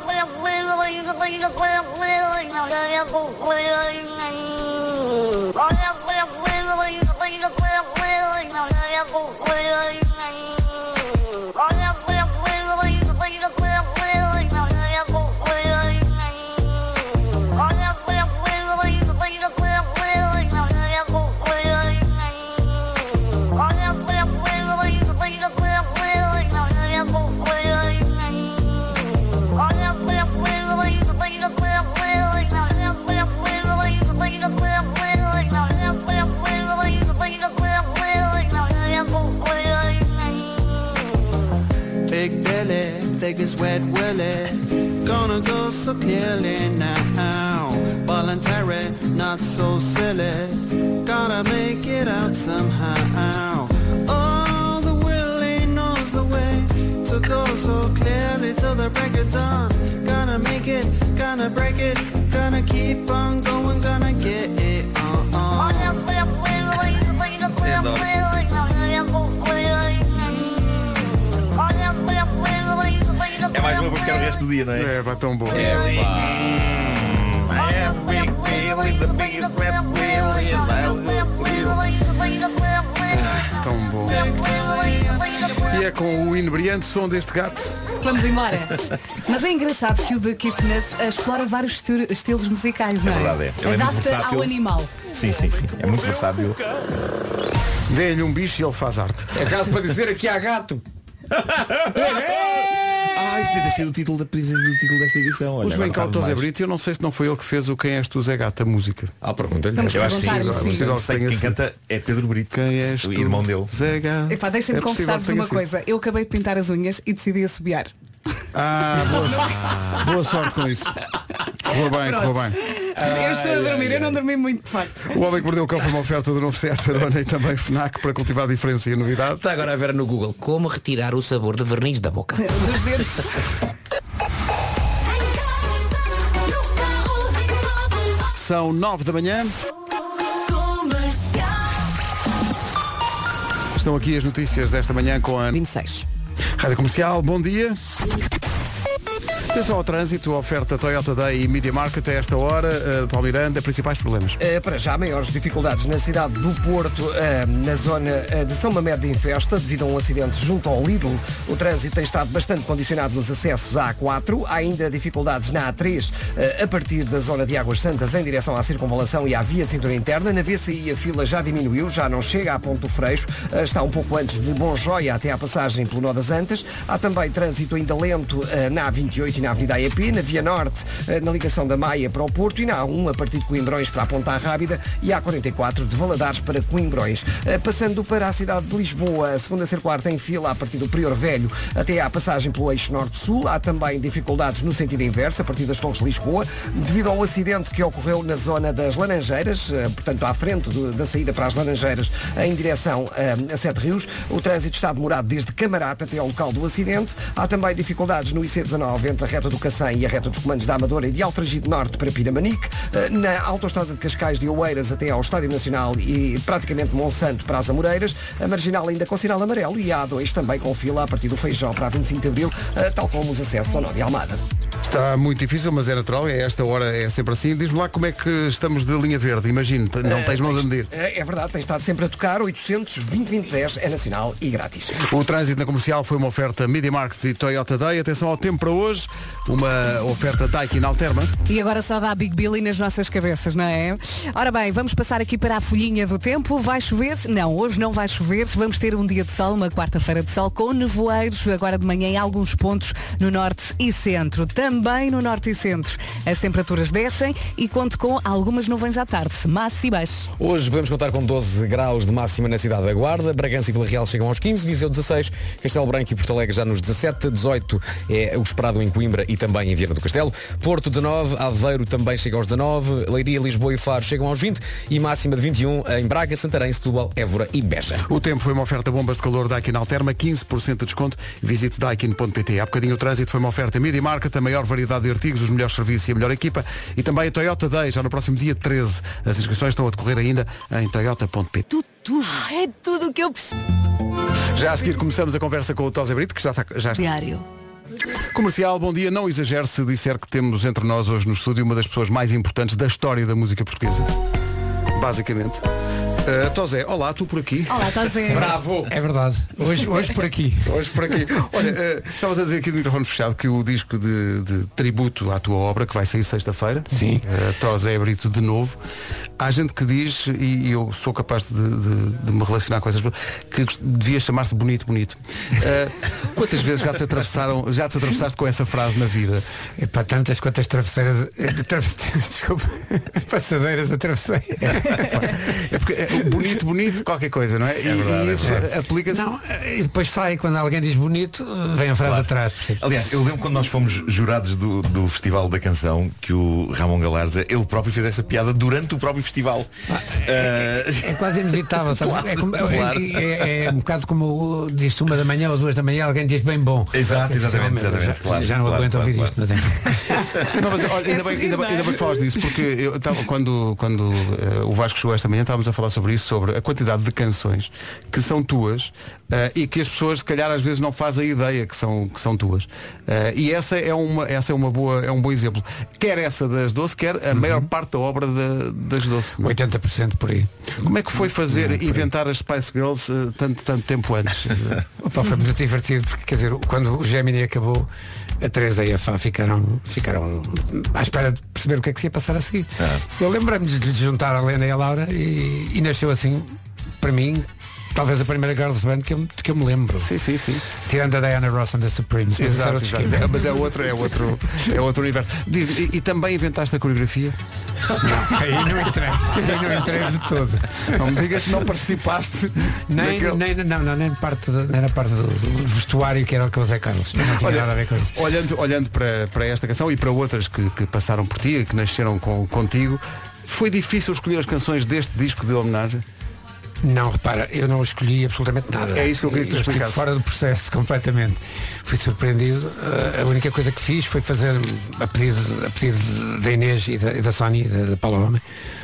Big Billy, biggest wet willy. Gonna go so clearly now. Voluntary, not so silly. Gotta make it out somehow. Oh, the willy knows the way to go so clearly till the break of dawn. Gonna make it, gonna break it, gonna keep on going, gonna get it on. Adoro. on. É resto do dia, não é? É, vai tão bom. Tão bom. E é com o inebriante som deste gato. Vamos embora. Mas é engraçado que o The Kiffness explora vários estu- estilos musicais, não é? verdade, é. Ele é muito Adapta versátil. ao animal. Sim, sim, sim. É muito versátil. Dê-lhe um bicho e ele faz arte. É caso para dizer aqui há gato. Ah, isto deve ter sido o título, da, do título desta edição. Olha, Os agora bem está cautos é demais. Brito e eu não sei se não foi ele que fez o Quem és tu Zé Gato, a música. Ah, pergunta-lhe. Vamos Eu acho que sim. perguntar-lhe, agora, sim. mas eu sei que quem canta é Pedro Brito. Quem és o tu? irmão dele. Zé Gato. Epá, deixem-me É possível que confessar-vos tenha uma sido. coisa. Eu acabei de pintar as unhas e decidi assobiar. Ah, boa, boa sorte com isso. Correu bem, correu bem. eu estou a dormir, eu não dormi muito, de facto. O Homem que Mordeu o Cão foi uma oferta do novo Seat Arona e também FNAC para cultivar a diferença e a novidade. Está agora a ver no Google como retirar o sabor de verniz da boca. Dos dentes. São nove da manhã. Estão aqui as notícias desta manhã com a 26. Rádio Comercial, bom dia. Atenção ao trânsito, a oferta Toyota Day e Media Market a esta hora. eh, Paulo Miranda, principais problemas. Eh, para já, maiores dificuldades na cidade do Porto, eh, na zona eh, de São Mamed de Infesta, devido a um acidente junto ao Lidl. O trânsito tem estado bastante condicionado nos acessos à A4. Há ainda dificuldades na A3, eh, a partir da zona de Águas Santas, em direção à circunvalação e à via de cintura interna. Na VCI, a fila já diminuiu, já não chega a Ponto Freixo. eh, está um pouco antes de Bonjoia até à passagem pelo Nó das Antas. Há também trânsito ainda lento eh, na A28 e na Avenida AEP, na Via Norte, eh, na ligação da Maia para o Porto e na A1 a partir de Coimbrões para a Ponta Rábida e a A44 de Valadares para Coimbrões. Eh, Passando para a cidade de Lisboa, a segunda circular tem fila a partir do Prior Velho até à passagem pelo eixo Norte-Sul. Há também dificuldades no sentido inverso, a partir das Torres de Lisboa, devido ao acidente que ocorreu na zona das Laranjeiras, eh, portanto à frente do- da saída para as Laranjeiras em direção eh, a Sete Rios. O trânsito está demorado desde Camarata até ao local do acidente. Há também dificuldades no IC19 entre a reta do Cacém e a reta dos comandos da Amadora e de Alfragido Norte para Piramanique. Eh, Na autoestrada de Cascais de Oeiras até ao Estádio Nacional e praticamente Monsanto para as Amoreiras. A marginal ainda com sinal amarelo e a A2 também com fila a partir do Feijão para a 25 de Abril, eh, tal como os acessos ao Nó de Almada. Está muito difícil, mas é natural, é esta hora, é sempre assim. Diz-me lá como é que estamos de linha verde, imagino, t- não Eh, tens mãos a tens- medir. Eh, É verdade, tem estado sempre a tocar. 800 2010 é nacional e grátis. O trânsito na comercial foi uma oferta Media Market e Toyota Day. Atenção ao tempo para hoje, uma oferta Daikin Alterma. E agora só dá Big Billy nas nossas cabeças, não é? Ora bem, vamos passar aqui para a folhinha do tempo. Vai chover? Não, hoje não vai chover. Vamos ter um dia de sol, uma quarta-feira de sol com nevoeiros agora de manhã em alguns pontos no norte e centro. Também no norte e centro. As temperaturas descem e conto com algumas nuvens à tarde, massas e baixos. Hoje podemos contar com 12 graus de máxima na cidade da Guarda, Bragança e Vila Real chegam aos 15, Viseu 16, Castelo Branco e Porto Alegre já nos 17, 18 é o esperado em Coimbra e também em Viana do Castelo, Porto 19, Aveiro também chega aos 19, Leiria, Lisboa e Faro chegam aos 20 e máxima de 21 em Braga, Santarém, Setúbal, Évora e Beja. O tempo foi uma oferta bombas de calor Daikin Alterma, 15% de desconto. Visite daikin.pt. Há bocadinho o trânsito foi uma oferta Media Market, a maior variedade de artigos, os melhores serviços e a melhor equipa. E também a Toyota Day, já no próximo dia 13. As inscrições estão a decorrer ainda em toyota.pt. Tudo é tudo o que eu preciso. Já a seguir começamos a conversa com o Tosa Brito, que já está... Já está. Diário. Comercial, bom dia. Não exagero se disser que temos entre nós hoje no estúdio uma das pessoas mais importantes da história da música portuguesa. Basicamente. Uh, Tosé, olá, tu por aqui. Olá, Tazé. É verdade. Hoje, hoje por aqui. Hoje por aqui. Olha, eh, estavas a dizer aqui do microfone fechado que o disco de, de tributo à tua obra, que vai sair sexta-feira, Sim. Tosa é Brito de novo, há gente que diz, e, e eu sou capaz de, de- de me relacionar com essas pessoas, que gost- devia chamar-se Bonito Bonito. Eh, quantas vezes já te atravessaram, já te atravessaste com essa frase na vida? É para tantas quantas travesseiras. eh, travesseiras, Desculpa. Passadeiras atravessei. É porque é bonito, bonito, qualquer coisa, não é? E- e isso aplica-se. Não, eh, e depois sai quando alguém diz bonito, eh, vem a frase Claro. atrás. percebes? Aliás, eu lembro quando nós fomos jurados do, do Festival da Canção que o Ramon Galarza, ele próprio fez essa piada durante o próprio festival. É quase inevitável, sabe? Claro, é, como- é- claro. é- é um bocado como o- diz-se uma da manhã ou duas da manhã, alguém diz bem bom. Exato, exatamente, Já- exatamente, é, Já, claro, já não claro, aguento claro, ouvir claro. isto, mas é. Não, mas olha, ainda, bem, ainda, bem, ainda bem que falas disso, porque eu estava- quando, quando eh, o Vasco chegou esta manhã estávamos a falar sobre sobre isso, sobre a quantidade de canções que são tuas eh, e que as pessoas se calhar às vezes não fazem ideia que são, que são tuas. Eh, e essa é, uma, essa é, uma boa, é um bom exemplo. Quer essa das doce, quer a maior parte da obra da- das doce. 80% Uhum. por aí. Como é que foi fazer, inventar as Spice Girls eh, tanto, tanto tempo antes? Opa, foi muito divertido, porque quer dizer, quando o Gemini acabou, a Teresa e a Fá ficaram, ficaram à espera de perceber o que é que se ia passar a seguir. É. Eu lembrei-me de lhes juntar a Lena e a Laura e, e nasceu assim, para mim, talvez a primeira Girls Band que eu, de que eu me lembro. Sim, sim, sim. Tirando a Diana Ross and the Supremes. mas isso Exato, era outro exato. esquema. É, mas é outro, é outro, é outro universo. Diz-me, e, e também inventaste a coreografia? Aí não entrei, aí não entrei de todo. Não me digas que não participaste nem, daquele- nem, não, não, nem, parte de- nem na parte do, do vestuário que era o que eu usei Carlos. Não tinha Olha, nada a ver com isso. Olhando, olhando para, para esta canção e para outras que, que passaram por ti, e que nasceram com, contigo, foi difícil escolher as canções deste disco de homenagem? Não, repara, eu não escolhi absolutamente nada. É isso que eu queria que tu estive explicasses. fora do processo completamente. Fui surpreendido. Uh, a única coisa que fiz foi fazer, a pedido, a pedido da Inês e da, e da Sony, da, da Paula Homem,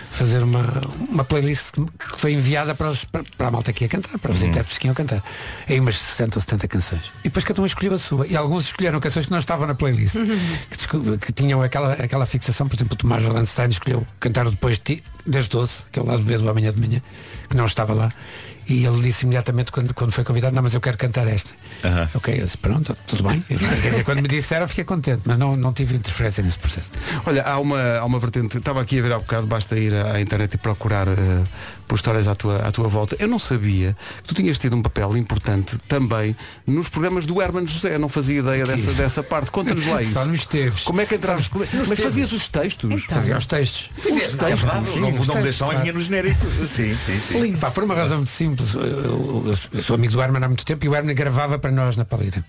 fazer uma, uma playlist que que foi enviada para, os- para, para a malta que ia cantar, para os intérpretes que iam cantar. Aí umas 60 ou 70 canções. E depois cada um escolheu a sua. E alguns escolheram canções que não estavam na playlist. que, descu- que tinham aquela, aquela fixação, por exemplo, o Tomás Landstein escolheu cantar o depois de ti, das 12, que é o lado B do amanhã de manhã, que não estava lá. E ele disse imediatamente quando, quando foi convidado, não, mas eu quero cantar esta. Ok, eu disse, pronto, tudo bem. Quer dizer, quando me disseram fiquei contente, mas não, não tive interferência nesse processo. Olha, há uma, há uma vertente, estava aqui a ver há bocado, basta ir à, à internet e procurar eh, por histórias à tua, à tua volta. Eu não sabia que tu tinhas tido um papel importante também nos programas do Herman José, não fazia ideia dessa, Tive. dessa parte. Conta-nos lá isso. Só nos teves. Como é que entravas? Só nos- Mas nos fazias os teves. Então. textos? Fazia os textos. Fizeste, Os é verdade, o nome- o os nome deste textos, som claro. vinha no genérico. Sim, sim, sim. Pá, por uma razão muito simples, eu, eu- eu sou amigo do Herman há muito tempo e o Herman gravava para nós na Palira.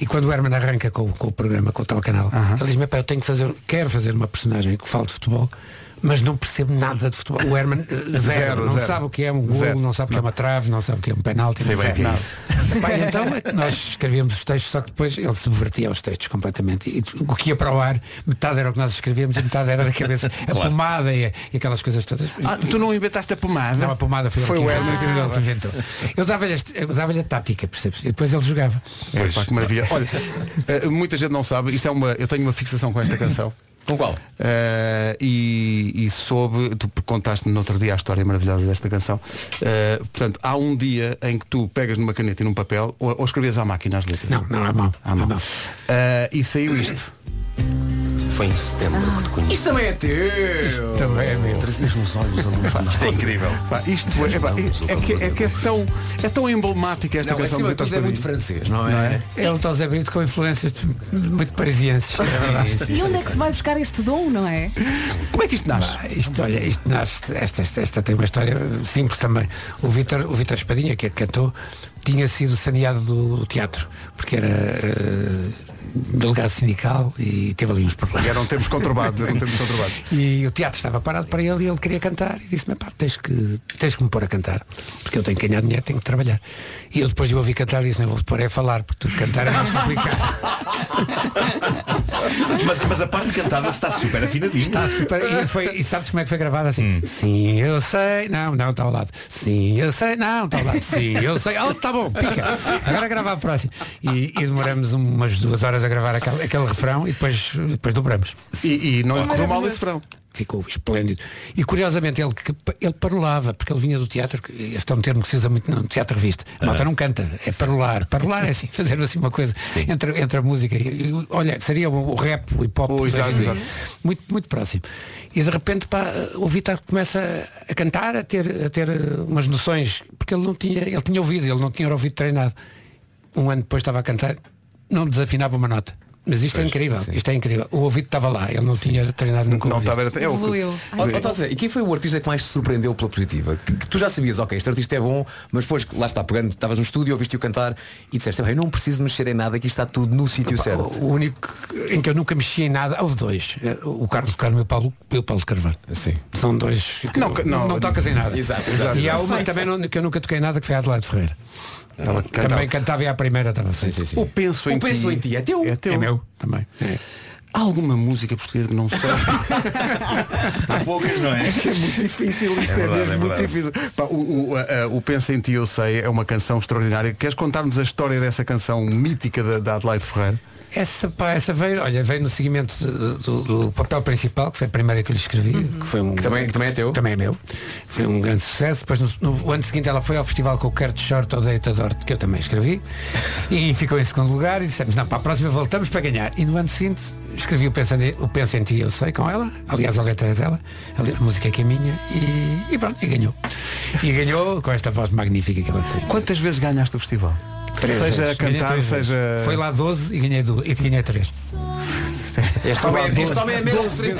E quando o Herman arranca com, o- com o programa, com o tal canal, ele diz-me, "Epá, eu tenho que fazer, quero fazer uma personagem que fale de futebol, mas não percebo nada de futebol. O Herman eh, zero, Zero, não zero. sabe o que é um gol, Zero. não sabe o que é uma trave, não sabe o que é um penalti, Sei não bem sabe que é nada. isso. Pá, e então é que nós escrevíamos os textos, só que depois ele subvertia os textos completamente. E o que ia para o ar, metade era o que nós escrevíamos e metade era da cabeça, a Claro. pomada e, e aquelas coisas todas. Ah, tu não inventaste a pomada? Não, a pomada foi, Foi ele o que Herman inventou. que Ele que inventou. Então, Eu dava-lhe este- eu dava-lhe a tática, percebes? E depois ele jogava. É, pá, que maravilha. Olha, eh, muita gente não sabe, isto é uma, eu tenho uma fixação com esta canção. Com qual? Eh, e, e soube, tu contaste-me no outro dia a história maravilhosa desta canção. Eh, portanto, há um dia em que tu pegas numa caneta e num papel ou, ou escrevias à máquina as letras. Não, é não, à mão. À mão. Eh, e saiu isto. Foi em setembro que te conheci. Isto também é teu. Também é meu. Trazias nos olhos a luz do Isto é incrível. Pá, isto é, pá, é, que, é que é tão, é tão emblemática esta Não, canção. acima do de tudo Vitor é muito Espadinho. francês, não é? É um José Brito com influências muito parisienses. É verdade. E onde é que se vai buscar este dom, não é? Como é que isto nasce? Ah, Isto, olha, isto nasce, esta, esta, esta tem uma história simples também. O Vítor o Vítor Espadinha, que a cantou, tinha sido saneado do, do teatro, porque era eh, delegado sindical e teve ali uns problemas. Eram um tempos conturbados, eram tempos conturbados. E o teatro estava parado para ele e ele queria cantar. E disse-me, pá, tens que, tens que me pôr a cantar, porque eu tenho que ganhar dinheiro, tenho que trabalhar. E eu depois de o ouvir cantar disse, não, vou-te pôr é a falar, porque tu cantar é mais complicado. Mas, mas a parte cantada está super afinadinha. Está super. E, foi, e sabes como é que foi gravado assim? Sim, eu sei. Não, não, está ao lado. Sim, eu sei. Não, está ao lado. Sim, eu sei. Oh, está bom, pica. Agora gravar a próxima. E, e demoramos umas duas horas a gravar aquele, aquele refrão e depois, depois dobramos. E, e não lhe correu mal esse verão. Ficou esplêndido. E curiosamente ele, que- ele parolava, porque ele vinha do teatro, que este é um termo que se usa muito no teatro revista. A malta não canta, é parolar. Parolar é assim, fazer assim uma coisa entre, entre a música. E, e, olha, seria o, o rap, o hip hop, Oh, exato, assim, exato. muito, muito próximo. E de repente pá, o Vitor começa a cantar, a ter, a ter eh, umas noções, porque ele não tinha, ele tinha ouvido, ele não tinha ouvido treinado. Um ano depois estava a cantar, não desafinava uma nota. Mas isto é incrível, isto é incrível. O ouvido estava lá, ele não tinha treinado nunca. Não ouvido. estava a ver- é o que- Evoluiu. Ó, ó, Tó Zé, e quem foi o artista que mais te surpreendeu pela positiva? Que, que tu já sabias, ok, este artista é bom, mas depois lá está pegando, estavas no estúdio, ouviste-o cantar e disseste, "Bem, eu não preciso mexer em nada, aqui está tudo no sítio certo. O único que- em que eu nunca mexi em nada, houve dois. Eh, O Carlos do Carmo e o Paulo, e o Paulo de Carvalho. Sim. São dois que Não, não, que- não- não, tocas em nada. Exato, exato, E há exato. uma também não- que eu nunca toquei em nada que foi a Adelaide Ferreira. Ela também cantava e à primeira estava Sim, sim, sim. O penso em O Penso ti. em Ti é teu. É teu. É meu também. Há alguma música portuguesa que não seja? Há poucas, não é? Acho que é muito difícil isto, é, É verdade, mesmo é muito verdade. difícil. Pá, o, o, a- a- o Pensa em Ti, eu sei, é uma canção extraordinária. Queres contar-nos a história dessa canção mítica da, da Adelaide Ferreira? Essa, pá, essa veio, olha, veio no seguimento do, do- do papel principal, tipo, que foi a primeira que eu lhe escrevi, que foi um. também, também é teu. Também é meu. Foi um grande sucesso. Depois no, no ano seguinte ela foi ao festival com o Kurt Short ou Deitador, que eu também escrevi, e ficou em segundo lugar e dissemos, não, para a próxima voltamos para ganhar. E no ano seguinte escrevi o Pensa, em- o Pensa em Ti, eu sei, com ela, aliás a letra é dela, a, le- a música é que é minha, e, e pronto, e ganhou. E ganhou com esta voz magnífica que ela tem. Quantas vezes ganhaste o festival? seja a Ganhei cantar, três vezes. seja. Foi lá 12 e ganhei, du- e ganhei 3. Este homem é- este homem é Meryl Streep.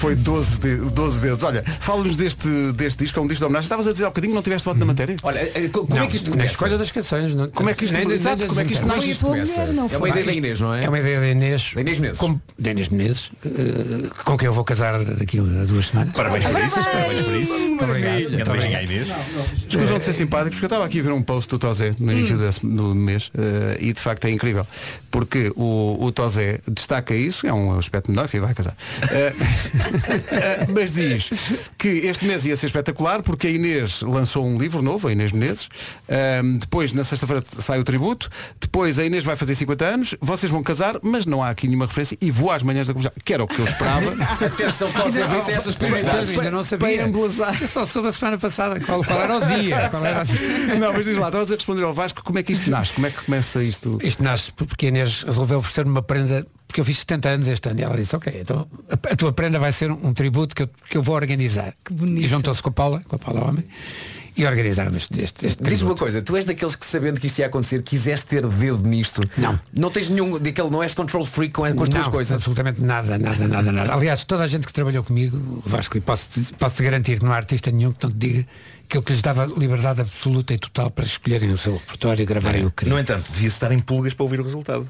Foi 12, de- 12 vezes. Olha, fala-nos deste, deste disco, é um disco de homenagem. Estavas a dizer há bocadinho que não tiveste voto Hum. na matéria? Olha, eh, co- como é que isto Na começa? escolha das canções, não- Como é que isto- nem- nem- exato, nem- como é que isto nem- nasce? Foi nem- a tua mulher, não É foi? uma ideia da Inês, não é? É uma ideia da Inês. Da Inês Menezes. Com, da Inês Menezes, eh, com quem eu vou casar daqui a duas semanas. Parabéns por isso, parabéns por isso. Muito obrigado. Grande Muito beijinho obrigado. à Inês. Escusam de ser simpáticos, porque eu estava aqui a ver um post do Tozé no início desse- do mês eh, e de facto é incrível. Porque o, o Tozé destaca isso, é um aspecto menor, enfim, vai casar. Eh, eh, mas diz que este mês ia ser espetacular porque a Inês lançou um livro novo, a Inês Menezes. Ahm, depois, na sexta-feira, sai o tributo. Depois, a Inês vai fazer 50 anos. Vocês vão casar, mas não há aqui nenhuma referência. E vou às manhãs da comunidade, que era o que eu esperava. Atenção, Tozé Brito, tem essas prioridades. Ainda não sabia. Eu só soube a semana passada qual, qual era o dia. Qual era assim. a- Não, mas diz lá, estavas a responder ao Vasco como é que isto nasce, como é que começa isto? Isto nasce porque a Inês resolveu oferecer-me uma prenda, porque eu fiz 70 anos este ano, e ela disse, ok, então a, a tua prenda vai ser um, um tributo que eu, que eu vou organizar. E juntou-se com a Paula, com a Paula Homem, e organizaram este, este, este Diz-me tributo. uma coisa, tu és daqueles que sabendo que isto ia acontecer, quiseste ter dedo nisto? Não. Não tens nenhum, daquele, não és control freak com, com as tuas Não, coisas? Absolutamente nada, nada, nada, nada. Aliás, toda a gente que trabalhou comigo, o Vasco, e posso-te posso garantir que não há artista nenhum que não te diga que eu que lhes dava liberdade absoluta e total para escolherem o seu repertório e gravarem o que queriam. No entanto, devia estar em pulgas para ouvir o resultado.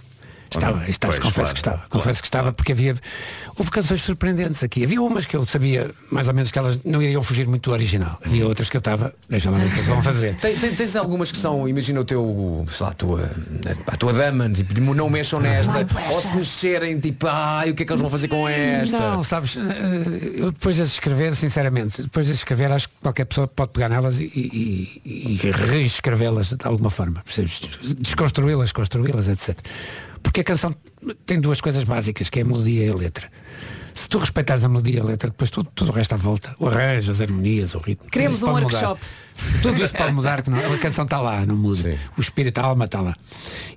Ou não? é? Estava, estava, Pois, confesso claro, que estava. claro. confesso que estava porque havia. Houve canções surpreendentes aqui. Havia umas que eu sabia mais ou menos que elas não iriam fugir muito do original. Havia outras que eu estava. Deixa lá ver o que é que vão fazer. Tem- tem- tens algumas que são, imagina o teu, sei lá, a tua, a tua dama, tipo, de- não mexam nesta, ou se mexerem, tipo, ai, o que é que eles vão fazer Hum, com esta? Não, sabes, eh, eu depois de as escrever, sinceramente, depois de as escrever, acho que qualquer pessoa pode pegar nelas e, e- e- e reescrevê-las de alguma forma. percebes? Desconstruí-las, construí-las, etc. Porque a canção tem duas coisas básicas, que é a melodia e a letra. Se tu respeitares a melodia e a letra, depois tudo, tudo o resto à volta. O arranjo, as harmonias, o ritmo. tudo Queremos isso um pode workshop. Mudar. Tudo isso pode mudar, que não, a canção está lá, não muda. O espírito, a alma está lá.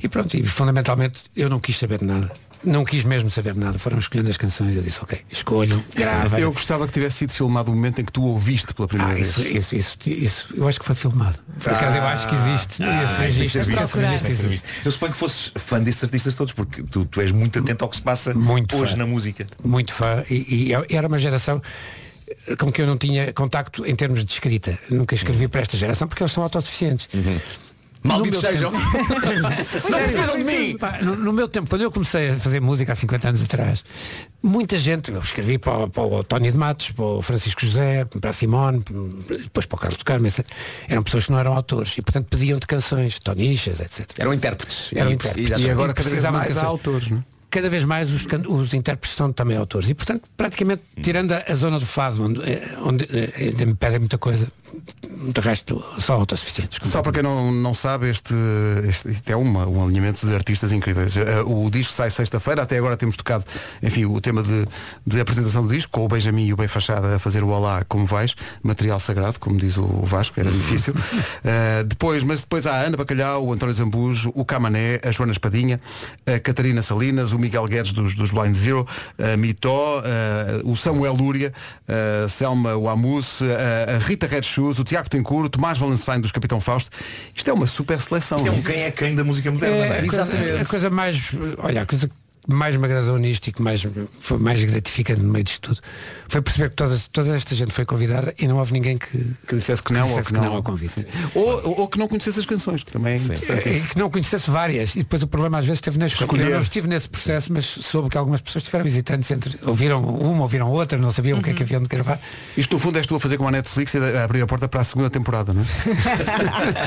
E pronto, e fundamentalmente eu não quis saber de nada. Não quis mesmo saber de nada. Foram escolhendo as canções. Eu disse, ok, escolham, gravem. Eu gostava que tivesse sido filmado o momento em que tu ouviste pela primeira Ah, vez. isso, isso, isso, isso, eu acho que foi filmado. Por acaso eu acho que existe. Ah, Esse ah, isto tem registro, que ser esse visto, registro tem que ser existe. visto. Eu suponho que fosses fã destes artistas todos, porque tu, tu és muito atento ao que se passa Muito hoje fã. na música. Muito fã. E, e eu- era uma geração com que eu não tinha contacto em termos de escrita. Nunca escrevi para esta geração porque eles são autossuficientes. Malditos No meu sejam. tempo- Não Sério, precisam de mim. pá, Ah, No, no meu tempo, quando eu comecei a fazer música há 50 anos atrás, muita gente, eu escrevi para, o- para o Tony de Matos, para o Francisco José, para a Simone, depois para o Carlos do Carmo, etc. Eram pessoas que não eram autores e portanto pediam-te canções, tonichas, etc. Eram intérpretes. Eram E- intérpretes. e agora cada vez precisavam de mais há canções. autores, não é? Cada vez mais os, can- os intérpretes são também autores e portanto praticamente tirando a, a zona do fado onde, eh, onde eh, ainda me pedem muita coisa, de resto só autossuficientes. Só para quem não, não sabe, este, este, isto é uma, um alinhamento de artistas incríveis. Eh, O disco sai sexta-feira, até agora temos tocado, enfim, o tema de, de apresentação do disco, com o Benjamin e o Bem Fachada a fazer o Olá Como Vais, material sagrado, como diz o o Vasco, era difícil. Eh, depois, mas depois há a Ana Bacalhau, o António Zambujo, o Camané, a Joana Espadinha, a Catarina Salinas, o Miguel Guedes dos, dos Blind Zero, a Mitó, eh, o Samuel Lúria, a Selma Wamus, a, a Rita Red Shoes, o Tiago Tencourt, o Tomás Valenstein dos Capitão Fausto. Isto é uma super seleção. Isto é não um quem é quem da música moderna. não É, é? a, coisa, a coisa mais, olha, a coisa que mais me agradou nisto e que mais, foi mais gratificante no meio disto tudo foi perceber que toda, toda esta gente foi convidada e não houve ninguém que, que dissesse que não, ou dissesse que que não. não ao convite. Ou, ou que não conhecesse as canções, que também é interessante. E que não conhecesse várias. E depois o problema às vezes esteve na escolha. Escolher. Eu não estive nesse processo, mas soube que algumas pessoas tiveram visitantes entre. Ouviram uma, ouviram outra, não sabiam o que é que haviam de gravar. Isto no fundo és tu a fazer como a Netflix e a abrir a porta para a segunda temporada, não é?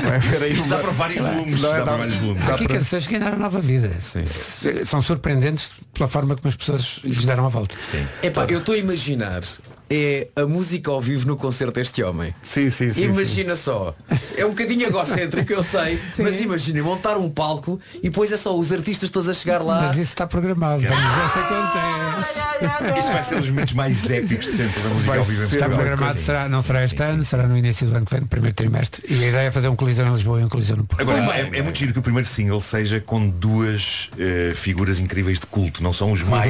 Vai haver aí Isto dá uma- para vários volumes. Dá- dá para dá- vários volumes. dá Aqui para- canções que ganharam nova vida. São surpreendentes surpreendentes pela forma como as pessoas lhes deram a volta. Sim. Epá, eu estou a imaginar é a música ao vivo no concerto deste homem. Sim, sim, sim, Imagina só. É um bocadinho egocêntrico, eu sei, mas imagina montar um palco e depois é só os artistas todos a chegar lá. Mas isso está programado. Vamos ver se acontece. Isso vai ser um dos momentos mais épicos de sempre da música Vai ao vivo em ser Portugal. programado, será, não será este ano, será no início do ano que vem, no primeiro trimestre. E a ideia é fazer um colisão em Lisboa e um colisão no Porto. Agora, é, é muito giro que o primeiro single seja com duas eh, figuras incríveis de culto. Não são os mais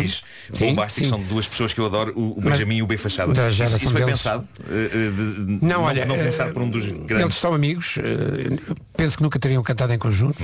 Uhum. Sim, bombásticos, sim. são duas pessoas que eu adoro, o, o Mas- Benjamin e o B Fachada. Da Isso, geração isso foi deles. pensado? eh, eh, de- Não, olha, Não eh, começar por um dos Eles grandes. são amigos, eh, penso que nunca teriam cantado em conjunto,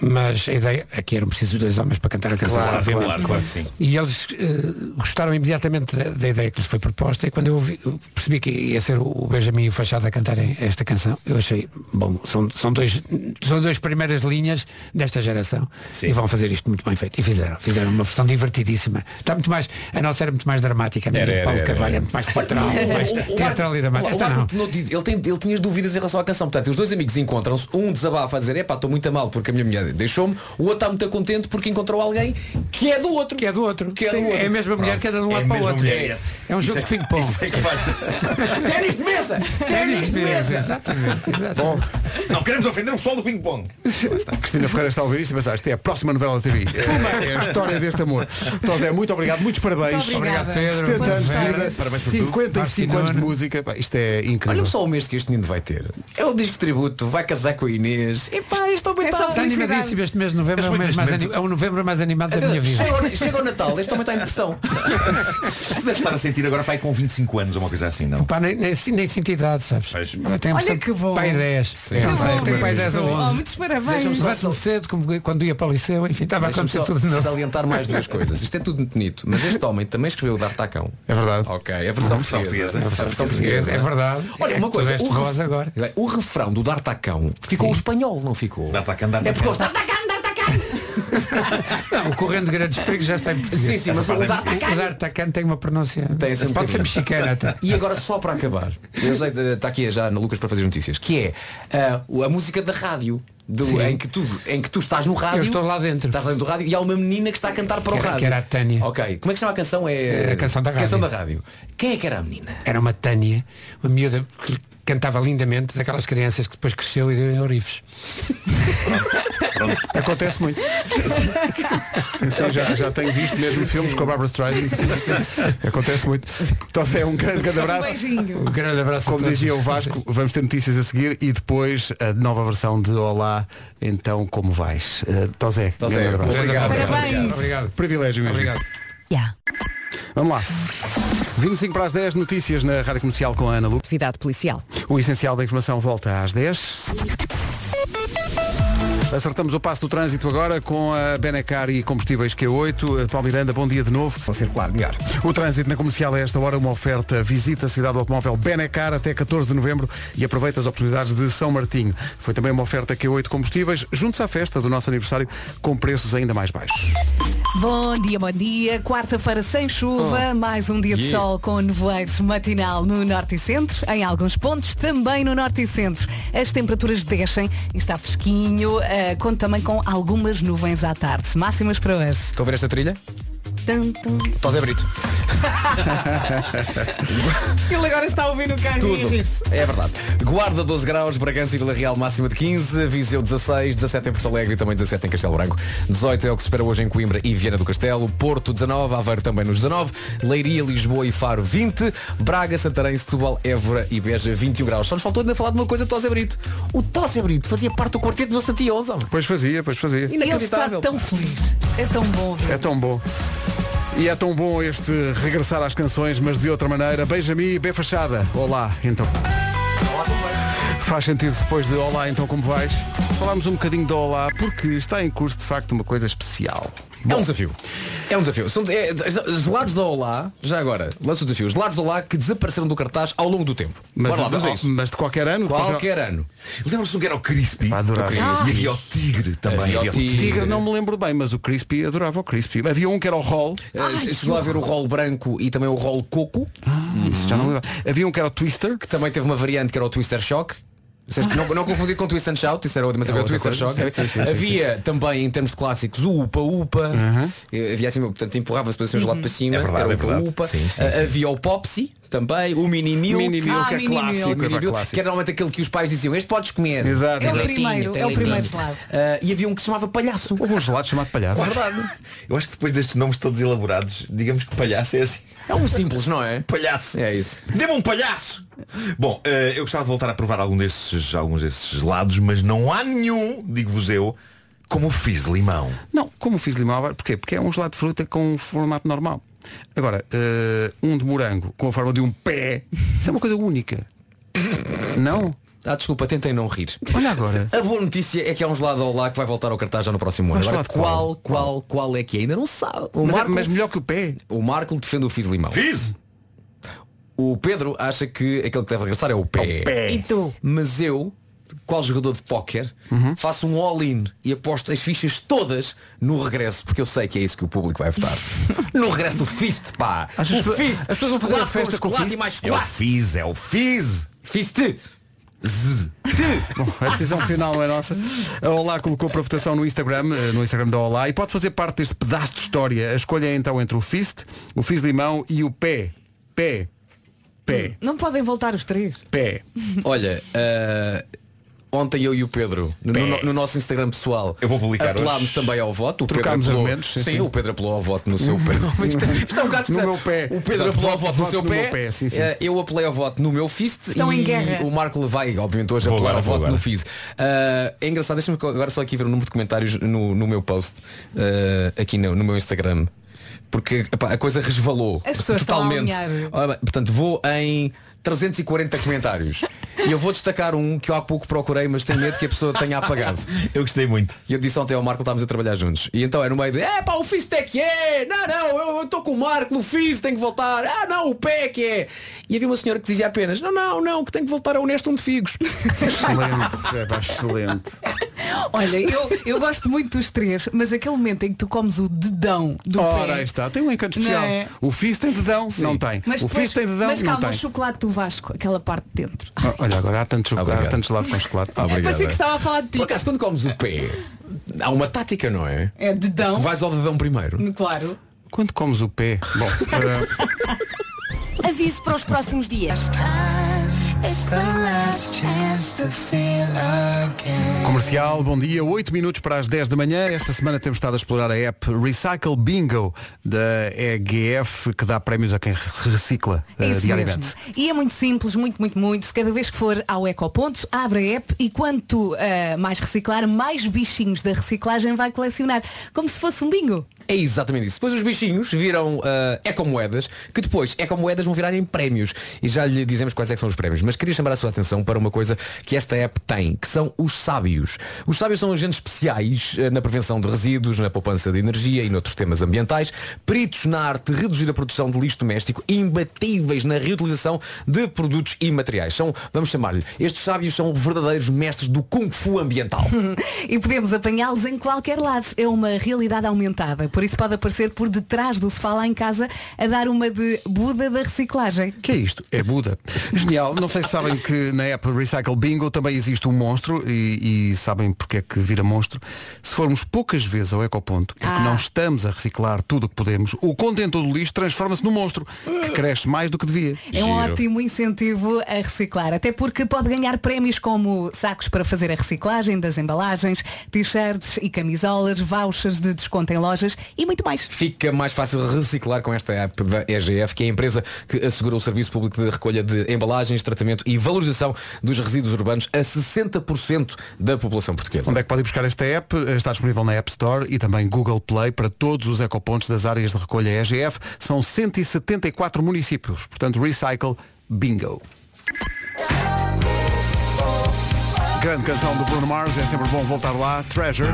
mas a ideia é que eram precisos dois homens para cantar a canção. Claro, claro, claro, claro que sim. E eles eh, gostaram imediatamente da, da ideia que lhes foi proposta e quando eu, ouvi- eu percebi que ia ser o Benjamin e o Fachada a cantarem esta canção, eu achei, bom, são, são, dois, são duas primeiras linhas desta geração e vão fazer isto muito bem feito. E fizeram, fizeram uma versão divertidíssima. Está muito mais, a nossa era muito mais dramática, a minha Era, do era, Paulo era, Carvalho era. é muito mais teatral, mais O- o- o teatral e dramática. Arthur- Esta o não. Arthur tinha- ele, tem, ele tinha dúvidas em relação à canção. Portanto, os dois amigos encontram-se, um desabafa a dizer, epá, estou muito a mal porque a minha mulher deixou-me, o outro está muito contente porque encontrou alguém que é do outro. Que é do outro. Que é, Sim, do outro. é a mesma mulher que é de um É a lado para o mesma outro. mulher, É, yes. é um Isso jogo é- de ping-pong. isso é que basta. Ténis de mesa! Ténis de mesa! Exatamente. Bom, Não queremos ofender um o pessoal do ping-pong. Cristina Ferreira está a ouvir isto e pensar, isto é a próxima novela da TV. É, é a história deste amor. Então, Zé, muito obrigado, muitos parabéns. Muito obrigada. Obrigado, Pedro. 70 anos de Boas vida, tardes. Parabéns por tudo. 55 anos de música. Pá, Isto é incrível. Olha só o mês que este menino vai ter. É o disco tributo, vai casar com a Inês. Epá, este homem É está Está animadíssimo este mês de novembro, é o, mês mais anim- é o novembro mais animado da minha vida. Chega, o- chega o Natal, este homem está em depressão. Tu deves estar a sentir agora pai com 25 anos ou uma coisa assim, não? Pá, nem, nem, nem sinto idade, sabes? Eu tenho a impressão que bom. Pai 10. Sim. Não Que sei, bom. tenho pai 10 ou Sim. 11. Oh, muitos parabéns. Deixa-me Deixa-me só- Começaste-me cedo, como quando ia para o liceu, enfim, estava a Deixa-me acontecer só tudo de novo. salientar mais duas coisas. Isto é tudo muito bonito, mas este homem também escreveu o D'Artacão. É verdade. Ok, é a versão A versão portuguesa. portuguesa. A versão portuguesa. É verdade. Olha, uma Tu coisa. deste o ref- voz agora. O refrão do D'Artacão ficou espanhol, não ficou? D'Artacão, É porque eles Não, o correndo de grandes perigos já está em português. Sim, sim, mas o O D'Artacão- D'Artacano tem uma pronúncia. assim um Pode ser bocadinho. mexicana até. E agora só para acabar, eu sei que está aqui já no Lucas para fazer notícias, que é ah, a música da rádio. do- Sim. em, que tu, em que tu estás no rádio. Eu estou lá dentro. Estás lá dentro do rádio e há uma menina que está a cantar para o Que era- rádio. que era a Tânia. Ok. Como é que chama a canção? É É a canção da rádio. Quem é que era a menina? Era uma Tânia, uma miúda que cantava lindamente, daquelas crianças que depois cresceu e deu em orifes. Acontece muito. Sim, sim, já, já tenho visto mesmo filmes com a Barbara Streisand. Sim, sim. Acontece muito. Então, Zé, um grande, grande abraço. Um grande abraço. a Como todos. dizia o Vasco, vamos ter notícias a seguir e depois a nova versão de Olá, então como vais? Eh, Tozé, Tozé, grande abraço. obrigado. Grande abraço. Parabéns. Obrigado. Privilégio mesmo. Vamos lá. 25 para as 10, notícias na Rádio Comercial com a Ana Lu. Atividade policial. O essencial da informação volta às 10. Acertamos o passo do trânsito agora com a Benacar e combustíveis Q8. Eh, Paulo Miranda, bom dia de novo. Vou circular melhor. O trânsito na comercial a esta hora, uma oferta visita a cidade do automóvel Benacar até 14 de novembro e aproveita as oportunidades de São Martinho. Foi também uma oferta Q8 combustíveis, juntos à festa do nosso aniversário, com preços ainda mais baixos. Bom dia, bom dia. Quarta-feira sem chuva, mais um dia de Oh. Yeah. sol com nevoeiros matinal no norte e centro, em alguns pontos também no norte e centro. As temperaturas descem e está fresquinho, eh, conto também com algumas nuvens à tarde. Máximas para hoje. Estão a ver esta trilha? Tum, tum. Tozé Brito. Ele agora está a ouvir no carro e a Tudo. rir-se. É verdade. Guarda 12 graus, Bragança e Vila Real máxima de 15, Viseu 16, 17 em Porto Alegre e também 17 em Castelo Branco. 18 é o que se espera hoje em Coimbra e Viana do Castelo, Porto 19, Aveiro também nos 19, Leiria, Lisboa e Faro 20, Braga, Santarém, Setúbal, Évora e Beja 21 graus. Só nos faltou ainda falar de uma coisa de Tosse Brito. O Tosse Brito fazia parte do quarteto do Santi 11, homem. Pois fazia, pois fazia. É Ele está tão feliz. É tão bom ver. É tão bom. E é tão bom este regressar às canções, mas de outra maneira. Benjamin e B Fachada. Olá, então. Faz sentido depois de Olá, então como vais? Falámos um bocadinho de Olá, porque está em curso de facto uma coisa especial. É um desafio. É um desafio. São, é, é- gelados da Olá, já agora, lança o desafio. Gelados da Olá que desapareceram do cartaz ao longo do tempo. Mas, Bora lá, vamos a isso. mas de qualquer ano? de Qualquer ano. Lembram-se do um que era o Crispy? adorava. E havia o Tigre também. Havia o Havia o Tigre. Tigre não me lembro bem, mas o Crispy adorava o Crispy. Havia um que era o Roll. Eh, Chegou a ver o rol branco e também o rol coco, Uhum. Isso já não me lembro. Havia um que era o Twister. que também teve uma variante que era o Twister Shock. Vocês que Não, não confundir com Twist and Shout, isso era outra, mas É havia o outra Twist and Shout. coisa. Sim, sim, sim, sim, havia também, em termos de clássicos, o Upa Upa. Eh, Havia assim, portanto, empurrava-se para cima, Uhum. gelado para cima. É verdade, era o é Upa verdade. Upa. Sim, sim, Eh, sim. Havia o Popsy também, o Mini Milk. Ah, Mini Milk é Mini Milk, clássico, Mini é Milk, clássico. que era normalmente aquele que os pais diziam, este podes comer. Exato, Tem leitinho, exato. É o primeiro, tem é o leitinho. primeiro gelado. Eh, e havia um que se chamava Palhaço. Houve um gelado chamado Palhaço. É verdade. Eu acho que depois destes nomes todos elaborados, digamos que palhaço é assim. É um simples, não é? Palhaço. É isso. Dê-me um palhaço! Bom, eh, eu gostava de voltar a provar algum desses, alguns desses lados, mas não há nenhum, digo-vos eu, como fiz limão. Não, como fiz limão, porquê? Porque é um gelado de fruta com um formato normal. Agora, eh, um de morango com a forma de um pé, isso é uma coisa única. Não? Ah, desculpa, tentem não rir. Olha agora. A boa notícia é que há um gelado ao lá que vai voltar ao cartaz já no próximo ano. Mas Agora, gelado qual? qual, qual, qual é que é? Ainda não se sabe. O Mas é- Marco- mas melhor que o pé. O Marco defende o Fiz Limão. Fiz! O Pedro acha que aquele que deve regressar é o pé. E tu? Mas eu, qual jogador de póquer, Uhum. faço um all-in e aposto as fichas todas no regresso, porque eu sei que é isso que o público vai votar. no regresso do Fist, pá! Achas o que- Fist! as pessoas vão fazer Chocolate a festa com o chocolate Fist? e mais É o chocolate. fiz, é o fiz! Fist! Bom, a decisão final é nossa. A Olá colocou para votação no Instagram, eh, no Instagram da Olá, e pode fazer parte deste pedaço de história. A escolha é então entre o fist, o fiz limão e o pé. Pé. Pé. Não podem voltar os três. Pé. Olha, eh, ontem eu e o Pedro, no, no- no nosso Instagram pessoal, Eu vou publicar apelámos hoje. também ao voto. O Pedro Trocámos apelou- argumentos, sim, Sim, sim. o Pedro apelou ao voto no seu pé. Isto é- isto é um bocado No estranho. meu pé. O Exato, Pedro apelou ao voto- voto no voto seu no pé. meu pé, sim, sim. Eh, eu apelei ao voto no meu fist Estão e em guerra. o Marco vai, obviamente, hoje Vou apelar agora, ao vou voto agora. no fiz. Eh, é engraçado, deixa-me agora só aqui ver o número de comentários no, no meu post, eh, aqui no, no meu Instagram. Porque epá, a coisa resvalou As pessoas estão a totalmente. alinhar. Ora bem, portanto, vou em 340 comentários. E eu vou destacar um que eu há pouco procurei, mas tenho medo que a pessoa tenha apagado. Eu gostei muito. E eu disse ontem ao Marco, estávamos a trabalhar juntos. E então é no meio de, é pá, o Fist é que é! Não, não, eu- eu estou com o Marco, o Fist tem que voltar. Ah, não, o pé é que é! E havia uma senhora que dizia apenas, não, não, não, que tem que voltar ao Honesto um de Figos. Excelente. É, pá, excelente. Olha, eu, eu gosto muito dos três, mas aquele momento em que tu comes o dedão do Ora, pé. aí está. Tem um encanto Não especial. é? O fist tem dedão? Não tem. Mas, o depois, fist tem dedão? mas não calma, o tem. chocolate do Vasco, aquela parte de dentro. Ah, Olha, agora há tanto, chocolate, há Obrigado. tanto gelado com chocolate. Parecia que estava a falar de ti. é. Por acaso, quando comes o pé, há uma tática, não é? É dedão, Vais ao dedão primeiro. claro. Quando comes o pé? Bom, eh, Aviso para os próximos dias. comercial, bom dia. 8 minutos para as 10 da manhã. Esta semana temos estado a explorar a app Recycle Bingo da EGF, que dá prémios a quem re- recicla É eh, isso diariamente. mesmo. E é muito simples, muito, muito, muito. Se cada vez que for ao Ecoponto, abre a app e quanto ah, mais reciclar, mais bichinhos da reciclagem vai colecionar. Como se fosse um bingo. É exatamente isso. Depois os bichinhos viram ah, ecomoedas, que depois ecomoedas vão virar em prémios. E já lhe dizemos quais é que são os prémios. Mas queria chamar a sua atenção para uma coisa que esta app tem, que são os sábios. Os sábios são agentes especiais ah, na prevenção de resíduos, na poupança de energia e noutros temas ambientais, peritos na arte de reduzir a produção de lixo doméstico, imbatíveis na reutilização de produtos e materiais. São, vamos chamar-lhe, estes sábios são verdadeiros mestres do kung fu ambiental. E podemos apanhá-los em qualquer lado. É uma realidade aumentada. Por isso pode aparecer por detrás do sofá lá em casa a dar uma de Buda da reciclagem. que é isto? É Buda. Genial. Não sei se sabem que na app Recycle Bingo também existe um monstro e, e sabem porque é que vira monstro. Se formos poucas vezes ao ecoponto, porque Ah. não estamos a reciclar tudo o que podemos, o contentor do lixo transforma-se num monstro que cresce mais do que devia. Ah. É um ótimo incentivo a reciclar, até porque pode ganhar prémios como sacos para fazer a reciclagem das embalagens, t-shirts e camisolas, vouchers de desconto em lojas e muito mais. Fica mais fácil reciclar com esta app da EGF, que é a empresa que assegura o serviço público de recolha de embalagens, tratamento e valorização dos resíduos urbanos a 60% da população portuguesa. Onde é que podem buscar esta app? Eh, Está disponível na App Store e também Google Play para todos os ecopontos das áreas de recolha EGF. São 174 municípios. Portanto, Recycle Bingo. Grande canção do Bruno Mars, é sempre bom voltar lá. Treasure,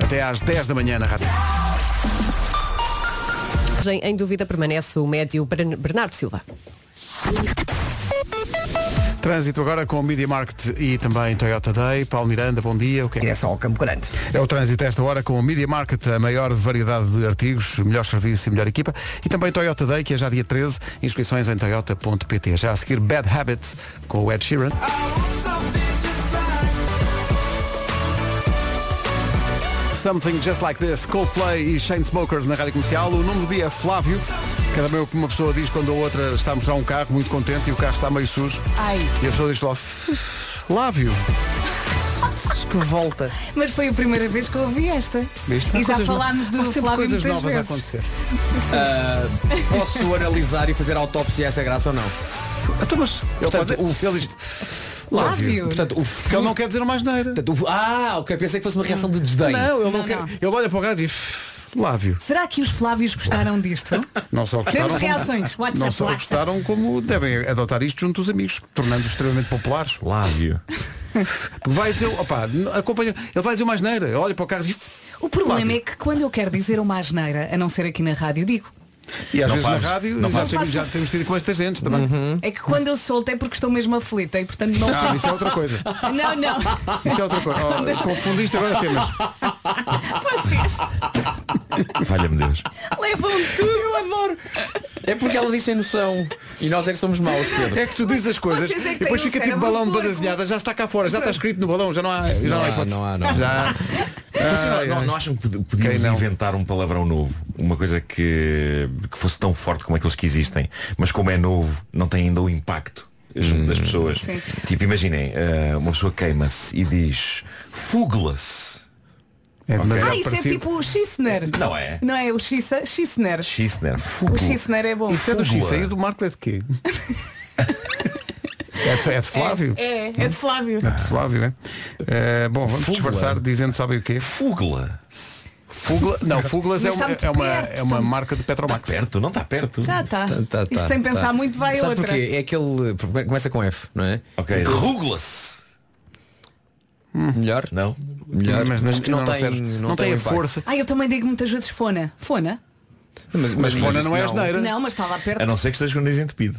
até às 10 da manhã na rádio. Em dúvida permanece o médio Bernardo Silva. Trânsito agora com o Media Market e também Toyota Day. Paulo Miranda, bom dia. O que é? Direção ao Campo Grande. É o trânsito a esta hora com o Media Market, a maior variedade de artigos, melhor serviço e melhor equipa. E também Toyota Day, que é já dia 13, inscrições em toyota.pt. Já a seguir Bad Habits com o Ed Sheeran. Something Just Like This, Coldplay e Chainsmokers na rádio comercial. O nome do dia é Flávio. Cada vez que uma pessoa diz quando a outra está a mostrar um carro muito contente e o carro está meio sujo. Ai. E a pessoa diz lá, Flávio. Que volta. Mas foi a primeira vez que eu ouvi esta. Viste? E Há já coisas falámos no- há do sempre Flávio coisas muitas novas a vezes. acontecer. Ah, posso analisar e fazer autópsia a essa graça ou não? Então, mas portanto, pode- o ele diz, Flávio. Portanto, o Porque ele não quer dizer mais neira. Ah, ok, pensei que fosse uma reação de desdém. Não, ele Ah, não, quer. Ele olha para o gato e diz, Flávio. Será que os Flávios gostaram disto? Não só gostaram, Temos reações. WhatsApp, não só WhatsApp. gostaram como devem adotar isto junto dos amigos, tornando-os extremamente populares. Flávio. Vai dizer, opa, acompanha, ele vai dizer mais neira, olha para o carro e O problema é que quando eu quero dizer uma asneira, a não ser aqui na rádio, digo. E às Não vezes fazes, na rádio não já, fazes. Uhum. temos, já temos tido com estas gentes também. É que quando eu solto é porque estou mesmo aflita e portanto não. Ah, isso é outra coisa. Não, não. Isso é outra coisa. Oh, confundiste agora temas. Valha-me Deus. Levam tudo, eu adoro. É porque ela diz sem noção. E nós é que somos maus, Pedro. É que tu dizes as coisas Vocês é que e depois têm um fica tipo cérebro balão de porco. banda desenhada, já está cá fora, já está escrito no balão, já não há, já não, há, há, hipótese. não há, não há. Já. Mas não, Ai, não- ai. não acham que pod- Quem podíamos não? inventar um palavrão novo? Uma coisa que, que fosse tão forte como aqueles que existem, mas como é novo, não tem ainda o impacto junto das pessoas. Sim. Tipo, imaginem, ah, uma pessoa queima-se e diz fugla-se. É Ah, isso é tipo o Schissner. Não é? Não é o Schissa, Schissner. Schissner, O né? fugla. Schissner é bom. Isso é do Fúbula. X, aí do Marco é de quê? É de, é de Flávio? É, é de Flávio. É de Flávio, é? Eh, bom, vamos Fúbula. disfarçar dizendo sabem o quê? Fugla. Fugla, não, Fuglas é, Mas está uma- muito é uma, perto, é uma marca de Petromax. Perto, não está perto. Tá, tá. Tá, tá, Isto tá, sem tá. pensar muito vai a Sabes outra. porquê? É aquele. porque Começa com F, não é? Ok. Rugla-se. Melhor. Não? Melhor. Mas nas- Acho que não, tem, serve. não, não tem, tem a impacto. força. Ah, eu também digo muitas vezes fona. Fona? Mas, Mas fona isso não é asneira. Não, mas está lá perto. A É não ser que esteja com o nariz entupido.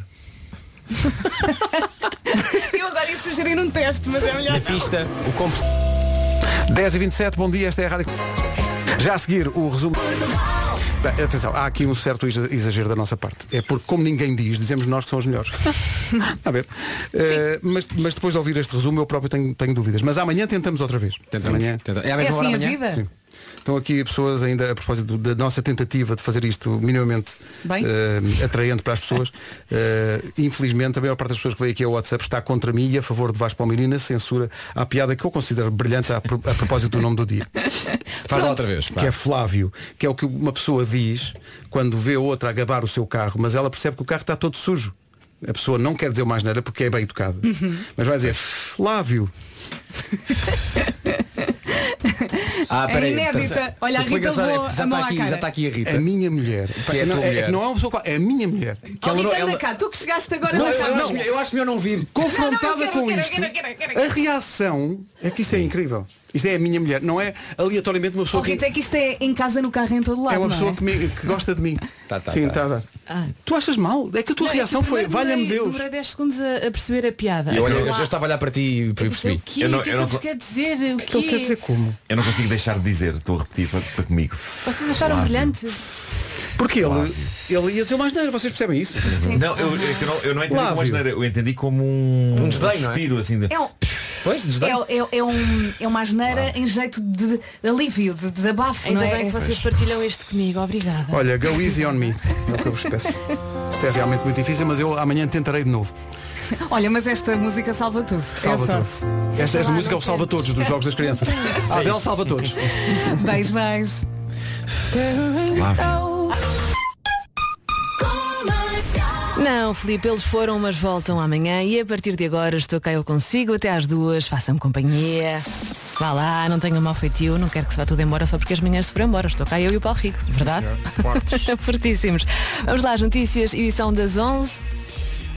Eu agora ia sugerir um teste, mas é melhor. Pista, o combustível. 10 e 27 bom dia, esta é a Rádio Já a seguir, o resumo. Bem, atenção, há aqui um certo exa- exagero da nossa parte. É porque, como ninguém diz, dizemos nós que são os melhores. a ver. Eh, mas, mas depois de ouvir este resumo, eu próprio tenho, tenho dúvidas. Mas amanhã tentamos outra vez. Tentamos, Amanhã. tenta- É a É mesma hora assim a amanhã? vida? Sim. Estão aqui pessoas ainda a propósito da nossa tentativa de fazer isto minimamente Bem. eh, atraente para as pessoas. Eh, infelizmente, a maior parte das pessoas que veio aqui ao WhatsApp está contra mim e a favor de Vasco Palmeirinho na censura à piada que eu considero brilhante a, pro- a propósito do nome do dia. Faz lá outra vez. pá. Que é Flávio, que é o que uma pessoa diz quando vê outra a gabar o seu carro, mas ela percebe que o carro está todo sujo. A pessoa não quer dizer mais nada porque é bem educada. Uhum. Mas vai dizer Flávio. Ah, peraí, É inédita. então, Olha, a o que foi Rita engraçado é que levou já a está mão à aqui, cara. já está aqui a Rita. A minha mulher. Então, é a não, tua é, mulher. que não é uma pessoa qual- é a minha mulher. Oh, ela não- Rita, ela- anda cá, tu que chegaste agora Não, na eu, sala. acho, melhor- eu acho melhor não vir. Confrontada Não, não, eu quero, com eu quero, isto, eu quero, eu quero, eu quero. a reação é que isto é incrível. Isto é a minha mulher, não é aleatoriamente uma Oh, pessoa Rita, que é que isto é em casa, no carro, em todo lado. é uma não Ah. pessoa que, me- que gosta de mim. Tá, tá, Sim, tá. tá, tá. Tu achas mal? É que a tua reação foi, é valha-me Deus. Demorei 10 segundos a, a perceber a piada. Eu, olha, Olha eu lá. já estava a olhar para ti e O percebi. quê? Eu não- o que é eu que não- isto quer dizer? O quê? Ele Então, quer dizer como? Eu não consigo deixar de dizer, estou a repetir para, para comigo. Vocês acharam Flávio. brilhante? Porque ele, ele ia dizer mais nada, vocês percebem isso? Não, eu, eu- eu não, eu não entendi Flávio. como asneira, eu entendi como um, Um desdém, não é? suspiro assim de... É, um- Pois, desdém. é, é, é, um, é uma asneira em jeito de, de alívio, de desabafo, Ainda não é? bem que vocês partilham este comigo. Obrigada. Olha, go easy on me. É o que eu vos peço. Isto é realmente muito difícil, mas eu amanhã tentarei de novo. Olha, mas esta música salva tudo. Salva é a sorte. todos. Esta, esta música é o Salva Todos dos Jogos das Crianças. A Adele salva todos. Beijo, beijo. Não, Filipe, eles foram, mas voltam amanhã e a partir de agora estou cá eu consigo até às duas, faça-me companhia. Vá lá, não tenha mau feitio, não quero que se vá tudo embora só porque as manhãs se foram embora. Estou cá eu e o Paulo Rico, verdade? Fortíssimos. Vamos lá, as notícias, edição das 11.